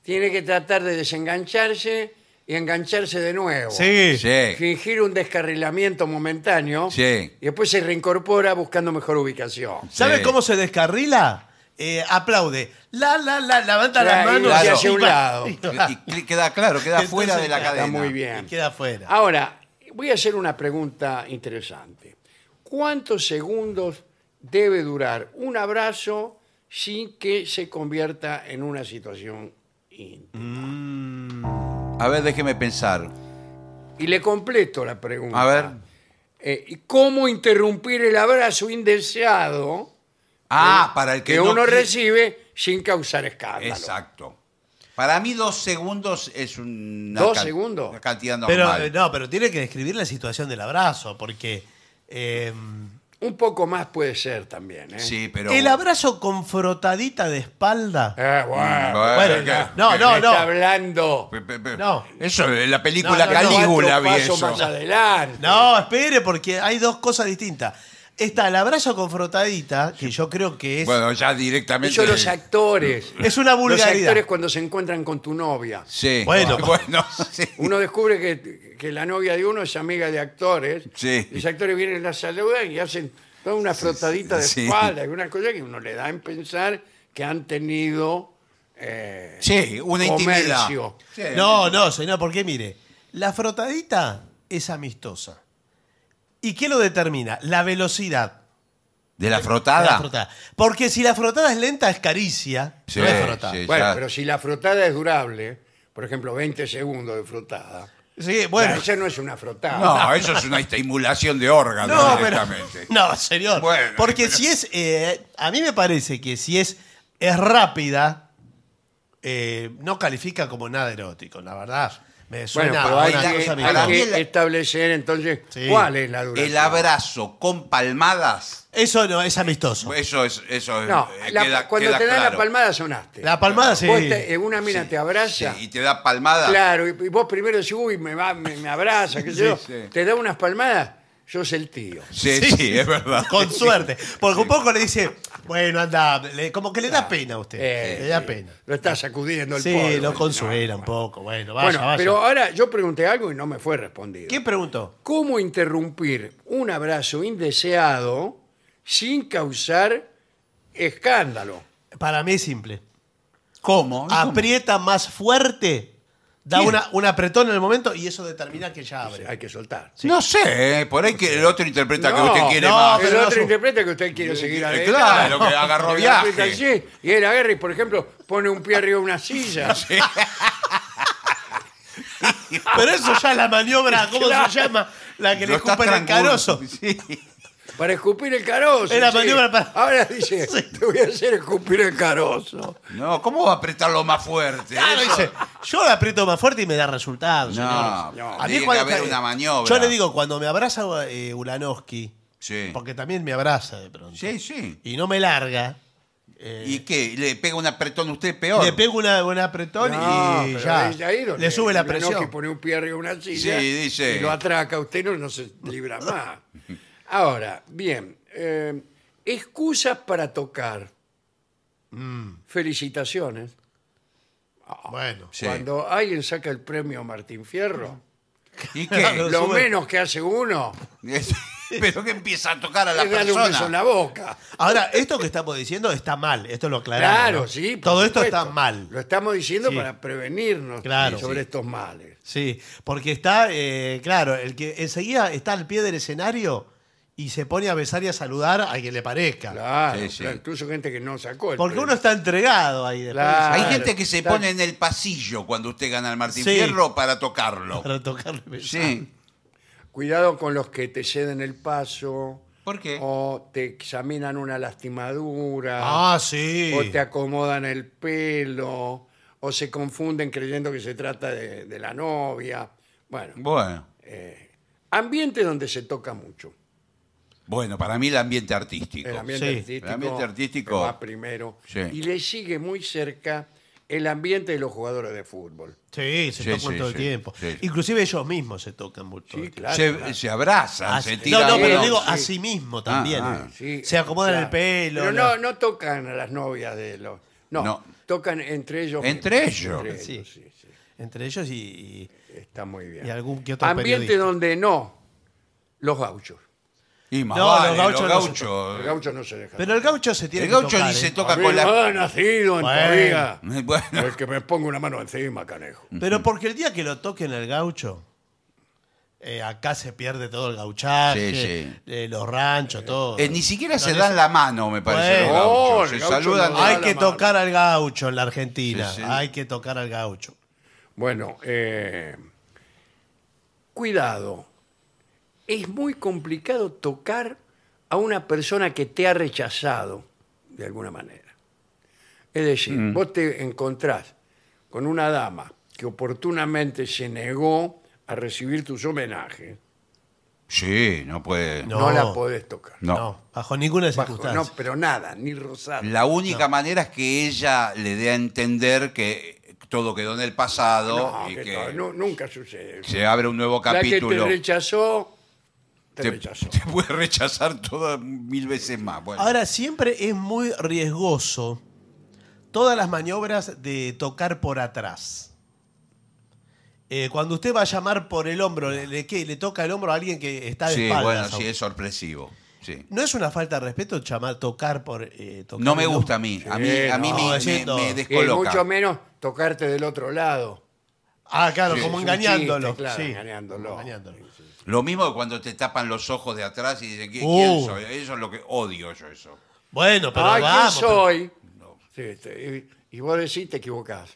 tiene que tratar de desengancharse y engancharse de nuevo. Sí. Sí. Fingir un descarrilamiento momentáneo Sí. y después se reincorpora buscando mejor ubicación. ¿Sabe Sí. cómo se descarrila? Eh, aplaude. La, la, la, levanta las Claro, y manos hacia así un va. lado. Y va. Y cl- queda claro, queda Entonces, fuera de la está cadena. Está muy bien. Ah, Y queda afuera. Ahora, voy a hacer una pregunta interesante. ¿Cuántos segundos debe durar un abrazo sin que se convierta en una situación íntima? A ver, déjeme pensar. Y le completo la pregunta. Mm. A ver. Eh, ¿y ¿Cómo interrumpir el abrazo indeseado eh, Ah, para el que, que, no uno quiere- recibe sin causar escándalo? Exacto. Para mí dos segundos es una, ¿Dos can- segundos? una cantidad Pero normal. eh, no, pero tiene que describir la situación del abrazo, porque eh, Un poco más puede ser también. ¿eh? Sí, pero... el abrazo con frotadita de espalda. Eh, bueno, Mm, bueno, Bueno, ¿qué? no, me no, está no. hablando. Pe- pe- pe- No. Eso es la película No, no, no, Calígula, vi Cuatro eso. pasos más adelante. No, espere, porque hay dos cosas distintas. Está el abrazo con frotadita, que yo creo que es. Bueno, ya directamente... Eso los actores. Es una Los vulgaridad. actores cuando se encuentran con tu novia. Sí. Bueno. Bueno, sí. Uno descubre que, que la novia de uno es amiga de actores. Sí. Los actores vienen, la saludan y hacen toda una frotadita de sí. espalda y una cosa que uno le da en pensar que han tenido eh, Sí, una intimidad. comercio. Sí. No, no, señor, porque mire, la frotadita es amistosa. ¿Y qué lo determina? La velocidad. ¿De la de frotada? la frotada. Porque si la frotada es lenta, es caricia. Sí, no es frotada. sí. Bueno, Ya. pero si la frotada es durable, por ejemplo, 20 segundos de frotada. Sí, Bueno, bueno. esa no es una frotada. No, eso es una estimulación de órganos No, pero- directamente. no, señor. Bueno, porque pero- si es. eh, a mí me parece que si es, es rápida, eh, no califica como nada erótico, la verdad. Me Bueno, suena pero a hay una que, cosa hay para amistosa. mí que el- establecer entonces Sí. cuál es la duración. El abrazo con palmadas, Eso no, es amistoso. eso es... Eso es- No, eh, la- queda- cuando queda te dan la claro. palmada sonaste. La palmada sí. Vos te- eh, una mina Ah, Sí, te abraza. sí, y te da palmadas. Claro, y, y vos primero decís, uy, me, va, me, me abraza, qué sé yo. sí. Te da unas palmadas, sos el tío. Sí, sí, es verdad. Con suerte. Porque un poco le dice, bueno, anda, le- como que le da pena a usted. Eh, le da sí. pena. Lo estás sacudiendo el Sí, polvo. lo consuela un poco. Bueno, vaya, Bueno, vaya. pero ahora yo pregunté algo y no me fue respondido. ¿Qué preguntó? ¿Cómo interrumpir un abrazo indeseado sin causar escándalo? Para mí es simple. ¿Cómo? Aprieta más fuerte, da Bien. una, un apretón en el momento y eso determina que ya abre. Hay que soltar. No sé, eh, por ahí que el otro interpreta que No, usted quiere no, más. el pero otro su- interpreta que usted quiere seguir Eh, adelante. claro, que agarró Y la aprieta viaje. así, y él agarra y, por ejemplo, pone un pie arriba de una silla. Pero eso ya es la maniobra, ¿cómo Claro. se llama? La que Lo le está escupen el estrangulando. carozo. Sí. Para escupir el carozo. Era maniobra para- Ahora dice, te voy a hacer escupir el carozo. No, ¿cómo va a apretarlo más fuerte? Claro, Eso- dice, yo la aprieto más fuerte y me da resultados. No, señores. no, tiene que haber una maniobra. Yo le digo, cuando me abraza eh, Ulanowski, Sí. porque también me abraza de pronto, Sí, sí. y no me larga, ¿Y qué? ¿Le pega un apretón a usted peor? eh, le pego una, un apretón No, y pero ya. es ahí donde le sube la Ivanoski presión. pone un pie arriba de una silla Sí, dice. y lo atraca, usted no, no se libra más. Ahora, bien, eh, excusas para tocar. Mm. Felicitaciones. Bueno. Sí. Cuando alguien saca el premio Martín Fierro, ¿Y qué? Lo lo sube. menos que hace uno Pero que empieza a tocar a la es darle un beso en persona. la boca. Ahora, esto que estamos diciendo está mal, esto lo aclaramos. Claro, ¿no? sí. por Todo esto supuesto. está mal. Lo estamos diciendo Sí. para prevenirnos Claro. sobre Sí. estos males. Sí, porque está, eh, claro, el que enseguida está al pie del escenario y se pone a besar y a saludar a quien le parezca. Claro, Sí, sí. claro, incluso gente que no sacó el Porque premio. uno está entregado ahí después Claro. Hay gente que se Claro. pone en el pasillo cuando usted gana el Martín Sí. Fierro para tocarlo. para tocarle. Sí. Cuidado con los que te ceden el paso ¿Por qué? Oh. o te examinan una lastimadura. Ah, sí. o te acomodan el pelo, o se confunden creyendo que se trata de, de la novia. Bueno, Bueno, ambiente donde se toca mucho. bueno, para mí el ambiente artístico. El ambiente Sí, artístico, el ambiente artístico. que va primero. Sí. Y le sigue muy cerca el ambiente de los jugadores de fútbol. Sí, se Sí, tocan sí, todo sí, el tiempo. sí. Inclusive ellos mismos se tocan mucho. Sí, claro. se, claro. se abrazan, Así- se no, tiran. no, pero los- digo ah, sí. a sí mismo también. ¿eh? ah, Sí, se acomodan claro. el pelo. Pero la- no, no tocan a las novias de los... No, No. tocan entre ellos. Entre mismos, ellos. entre Sí. ellos, sí, sí. Entre ellos y, y- Está muy bien. Y algún que otro ambiente periodista. donde no, los gauchos. Y más No, vale, los los gauchos gauchos. no se- Los gauchos no se dejan. Pero el gaucho se tiene El que gaucho tocar, ni se ¿eh? toca A mí con no la. ha nacido en tu Bueno. vida. Bueno, El que me ponga una mano encima, canejo. Pero porque el día que lo toquen al gaucho, eh, acá se pierde todo el gauchaje, Sí, sí. eh, los ranchos, todo. eh, ni siquiera se No, dan ni- la mano, me parece. Bueno. los gauchos. No, el se gaucho saludan. no de- da Hay la que mano. tocar al gaucho en la Argentina. Sí, sí. Hay que tocar al gaucho. Bueno, eh, cuidado. Es muy complicado tocar a una persona que te ha rechazado de alguna manera. Es decir, Mm. vos te encontrás con una dama que oportunamente se negó a recibir tus homenajes. Sí, no puede. No, No. la podés tocar. No. No, bajo ninguna Bajo- circunstancia. no, pero nada, ni rosada. La única manera es que ella le dé a entender que todo quedó en el pasado No, y que que, no, nu- nunca sucede. se abre un nuevo La que capítulo. te rechazó, te, Te- rechazó. te puede rechazar todo mil veces más. Bueno, Ahora, siempre es muy riesgoso todas las maniobras de tocar por atrás. Eh, cuando usted va a llamar por el hombro, ¿le, le- qué? ¿Le toca el hombro a alguien que está de sí, espaldas a bueno, sí, usted? es sorpresivo. sí. ¿No es una falta de respeto llamar, tocar por... eh, tocar No me el gusta a hombro? mí. A mí, a mí no, me- es me, cierto. me Y Y mucho descoloca. menos tocarte del otro lado. Ah, claro, Sí, como es un engañándolo. chiste, claro, sí. engañándolo. Como engañándolo. Lo mismo que cuando te tapan los ojos de atrás y dicen, "¿Qui- ¿quién, Uh. soy? Eso es lo que odio yo, eso. Bueno, pero Ay, vamos. ¿quién pero- soy? Sí, te- y, y vos decís, te equivocás.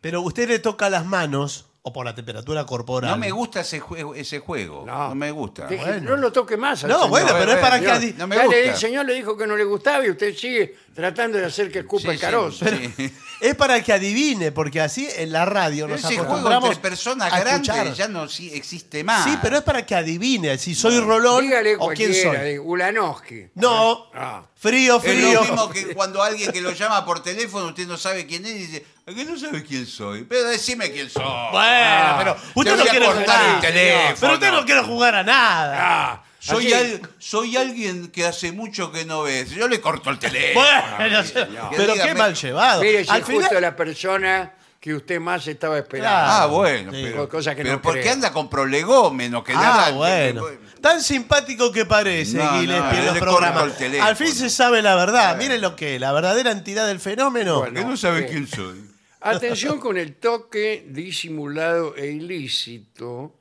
Pero usted le toca las manos, o por la temperatura corporal. No me gusta ese juego. Ese juego. Oh, No. me gusta. Deje- bueno. No lo toque más. al No, señor. bueno, pero es para Bueno, que... adi- no me Ya le- gusta. el señor le dijo que no le gustaba y usted sigue tratando de hacer que escupa Sí, el sí, carozo. sí. Es para que adivine, porque así en la radio nos Ese juego acostumbramos entre personas a grandes escuchar. ya no sí, existe más. Sí, pero es para que adivine si soy Rolón Dígale o quién cualquiera, soy. diga, Ulanowski. No, Ah. frío, Es frío. lo mismo que cuando alguien que lo llama por teléfono, usted no sabe quién es y dice, ¿a qué no sabe quién soy? Pero decime quién soy. Bueno, pero usted te no voy a quiere cortar jugar. el teléfono. Pero usted no quiere jugar a nada. Ah, Soy, así- al- soy alguien que hace mucho que no ves. Yo le corto el teléfono. Bueno, no. pero Dígame. qué mal llevado. Mire, si Al es justo final- la persona que usted más estaba esperando. Claro. Ah, bueno, Sí. pero, Cosa que pero no ¿por creo. qué anda con prolegómeno? Que Ah, nada- bueno. Tan simpático que parece, No, no, Gillespie, en le los corto programas. el teléfono. Al fin se sabe la verdad. Miren lo que es, la verdadera entidad del fenómeno. ¿Por qué no sabe quién soy? Atención con el toque disimulado e ilícito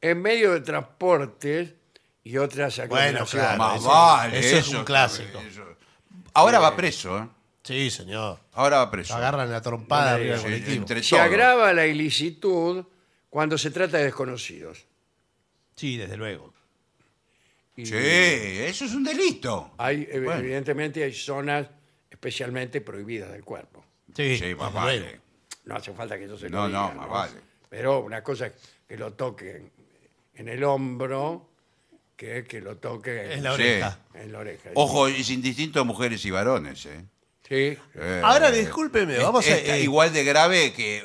en medio de transportes y otras Bueno, aglomeraciones. claro. Más eso- vale. eso es un clásico. eso. Ahora va preso, ¿eh? Sí, señor. Ahora va preso. Lo agarran la trompada No le arriba del Sí, colectivo. entre Se todos. agrava la ilicitud cuando se trata de desconocidos. Sí, desde luego. Y Sí, eso es un delito. Hay, ev- Bueno. Evidentemente hay zonas especialmente prohibidas del cuerpo. Sí, Sí, desde más luego. vale. No hace falta que yo se lo No, diga, no, más vale. Pero una cosa es que lo toquen en el hombro que es que lo toque Es en la la, Sí. oreja. oreja. Ojo, es indistinto a mujeres y varones, ¿eh? Sí. Eh, Ahora discúlpeme, es- vamos a. es eh, igual de grave que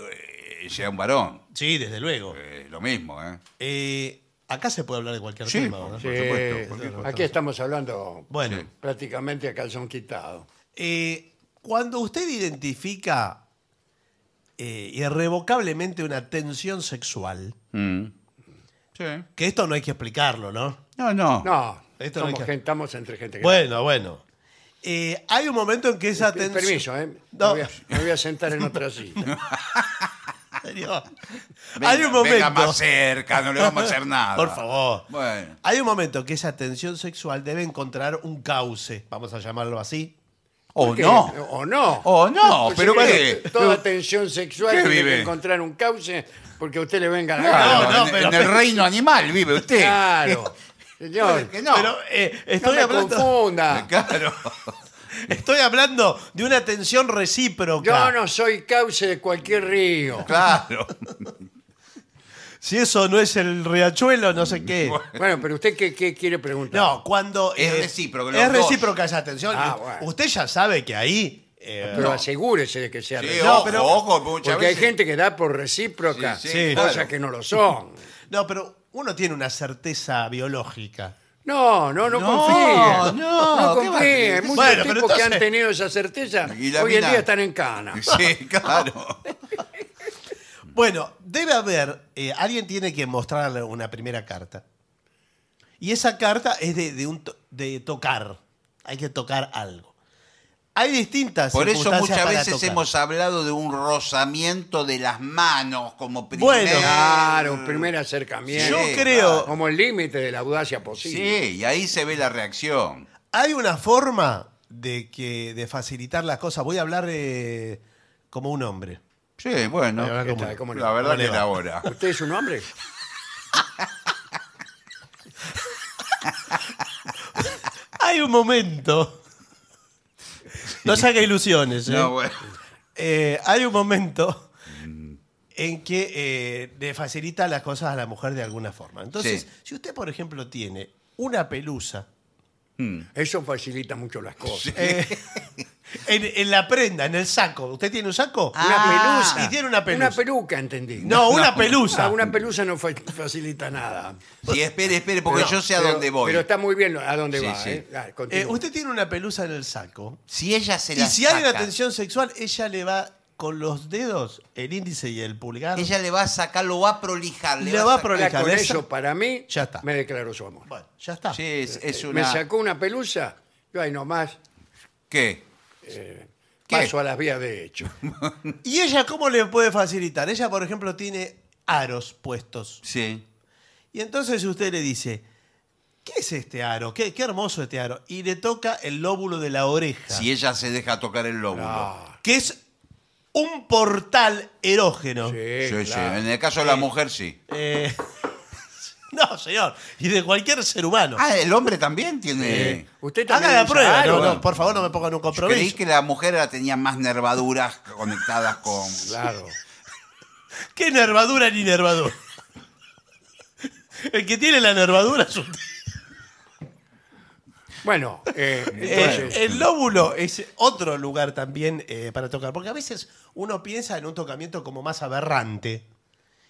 eh, sea un varón. Sí, desde luego. Eh, lo mismo, ¿eh? Eh, acá se puede hablar de cualquier Sí, tema, ¿verdad? por supuesto, por Sí, supuesto. Aquí estamos hablando Bueno, Sí. prácticamente a calzón quitado. eh, cuando usted identifica eh, irrevocablemente una tensión sexual, Mm. Sí. que esto no hay que explicarlo, ¿no? No, no. No, Esto no somos hay que- gente- estamos entre gente que... Bueno, bueno. Eh, hay un momento en que esa Pe- tensión. Permiso, ¿eh? Me No, voy a- Me, voy a, sentar en otra silla. señor. Venga, hay un Venga momento. más cerca, no le vamos a hacer nada. Por favor. Bueno. Hay un momento que esa tensión sexual debe encontrar un cauce, vamos a llamarlo así, O ¿Qué? no. O no. O no, Pues, pero señor, ¿qué? Toda tensión sexual ¿Qué tiene que vive? encontrar un cauce porque a usted le venga la Claro, gana. no, en, pero- en el reino animal vive usted. Ah, Claro. Señor, Que no. Pero eh, no estoy, me hablando, confunda. Claro. estoy hablando de una tensión recíproca. Yo no soy cauce de cualquier río. Claro. Si eso no es el riachuelo, no sé qué. Bueno, pero usted qué, qué quiere preguntar. No, cuando. eh, Es recíproco, los Es dos. recíproca esa tensión. Ah, bueno. Usted ya sabe que ahí. eh, Pero asegúrese de que sea Sí, recíproca. ojo, pero- ojo, muchas Porque hay veces. gente que da por recíproca Sí, sí, cosas claro. que no lo son. No, pero uno tiene una certeza biológica. No, no, no, No, confíen. no, no ¿qué va a confíen. creer? Muchos Bueno, tipos pero que han entonces- tenido esa certeza hoy Y la en mina- día están en cana. Sí, claro. Bueno, debe haber. eh, alguien tiene que mostrarle una primera carta. Y esa carta es de, de un to- de tocar. Hay que tocar algo. Hay distintas. Por eso circunstancias muchas para veces tocar. hemos hablado de un rozamiento de las manos como primer... Bueno. Claro, un primer acercamiento. Yo Sí, Ah, creo. Como el límite de la audacia posible. Sí, y ahí se ve la reacción. Hay una forma de que de facilitar las cosas. Voy a hablar eh, como un hombre. Sí, bueno. Ahí va, ¿Qué ¿cómo tal? le- ¿Cómo le La va? verdad le que va? era hora. ¿Usted es un hombre? Hay un momento. No saca ilusiones. ¿eh? No, bueno. Eh, hay un momento en que eh, le facilita las cosas a la mujer de alguna forma. Entonces, Sí. si usted, por ejemplo, tiene una pelusa Eso facilita mucho las cosas. eh, en, en la prenda, en el saco, ¿usted tiene un saco? Una Ah. pelusa. Y tiene una pelusa. Una peluca, entendí. no, una pelusa. Ah, una pelusa no fa- facilita nada. Sí, espere, espere, porque Pero- yo sé a pero- dónde voy. Pero está muy bien lo- a dónde Sí, va. sí. ¿eh? Ah, Eh, continúe. usted tiene una pelusa en el saco. Si ella se Y la si hay saca, una tensión sexual, ella le va con los dedos, el índice y el pulgar. ella le va a sacar, lo va a prolijar. Le, Le va a sacar. Ya prolijar. la con cabeza- eso, para mí, Ya está. me declaró su amor. Bueno, ya está. Sí, es, es Me una... sacó una pelusa, yo ahí nomás ¿Qué? Eh, ¿Qué? paso a las vías de hecho. ¿Y ella cómo le puede facilitar? Ella, por ejemplo, tiene aros puestos. Sí. Y entonces usted le dice, ¿qué es este aro? ¿Qué, qué hermoso este aro? Y le toca el lóbulo de la oreja, Si ella se deja tocar el lóbulo. Ah, que es un portal erógeno. sí, Sí, sí. claro. En el caso de la mujer, sí. Eh, no, señor. Y de cualquier ser humano. Ah, el hombre también tiene... Usted también Haga la usa prueba. aro, No, no, ¿no? por favor, no me pongan un Creí compromiso. que la mujer la tenía más nervaduras conectadas con... Claro. ¿Qué nervadura ni nervadura? El que tiene la nervadura es usted. Bueno, eh, Eh, entonces, el lóbulo es otro lugar también eh, para tocar, porque a veces uno piensa en un tocamiento como más aberrante,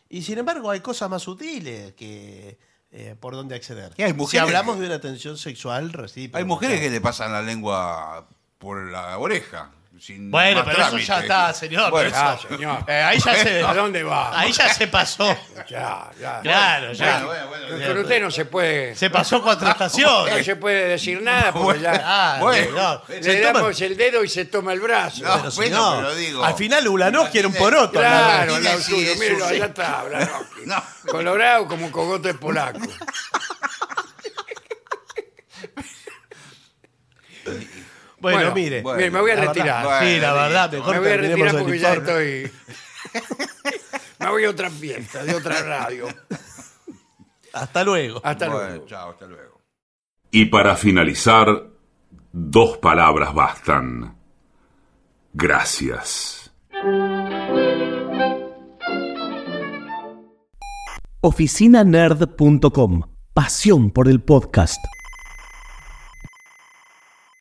y sin embargo hay cosas más sutiles que eh, por donde acceder. Y hay si mujeres hablamos que- de una tensión sexual recíproca. Hay mujeres que le pasan la lengua por la oreja. sin Bueno, más pero trámite. eso ya está, señor. Bueno, pero ah, eso- señor. eh, ahí ya se, ¿A dónde va? Ahí ya se pasó. Ya, ya. Claro, ya. Bueno, bueno, bueno, Con usted no se puede, Se pasó Ah, cuatro no estaciones. se puede decir nada porque ya Claro, Bueno, no, le ah, se toma- damos el dedo y se toma el brazo. No, pero bueno, señor, pero digo. al final Ulanov quiere un poroto. Claro, Imagínese la suyo, eso, míralo, sí. allá está, Blavatsky. No. Colorado como cogote polaco. Bueno, Bueno, mire. bueno, Bien, me voy a la retirar. verdad- sí, la Bueno, verdad, listo. mejor me voy a terminemos retirar el porque ya informe. estoy. me voy a otra fiesta, de otra radio. Hasta luego. Hasta Bueno, luego. chao, hasta luego. Y para finalizar, dos palabras bastan. Gracias. oficinanerd.com. Pasión por el podcast.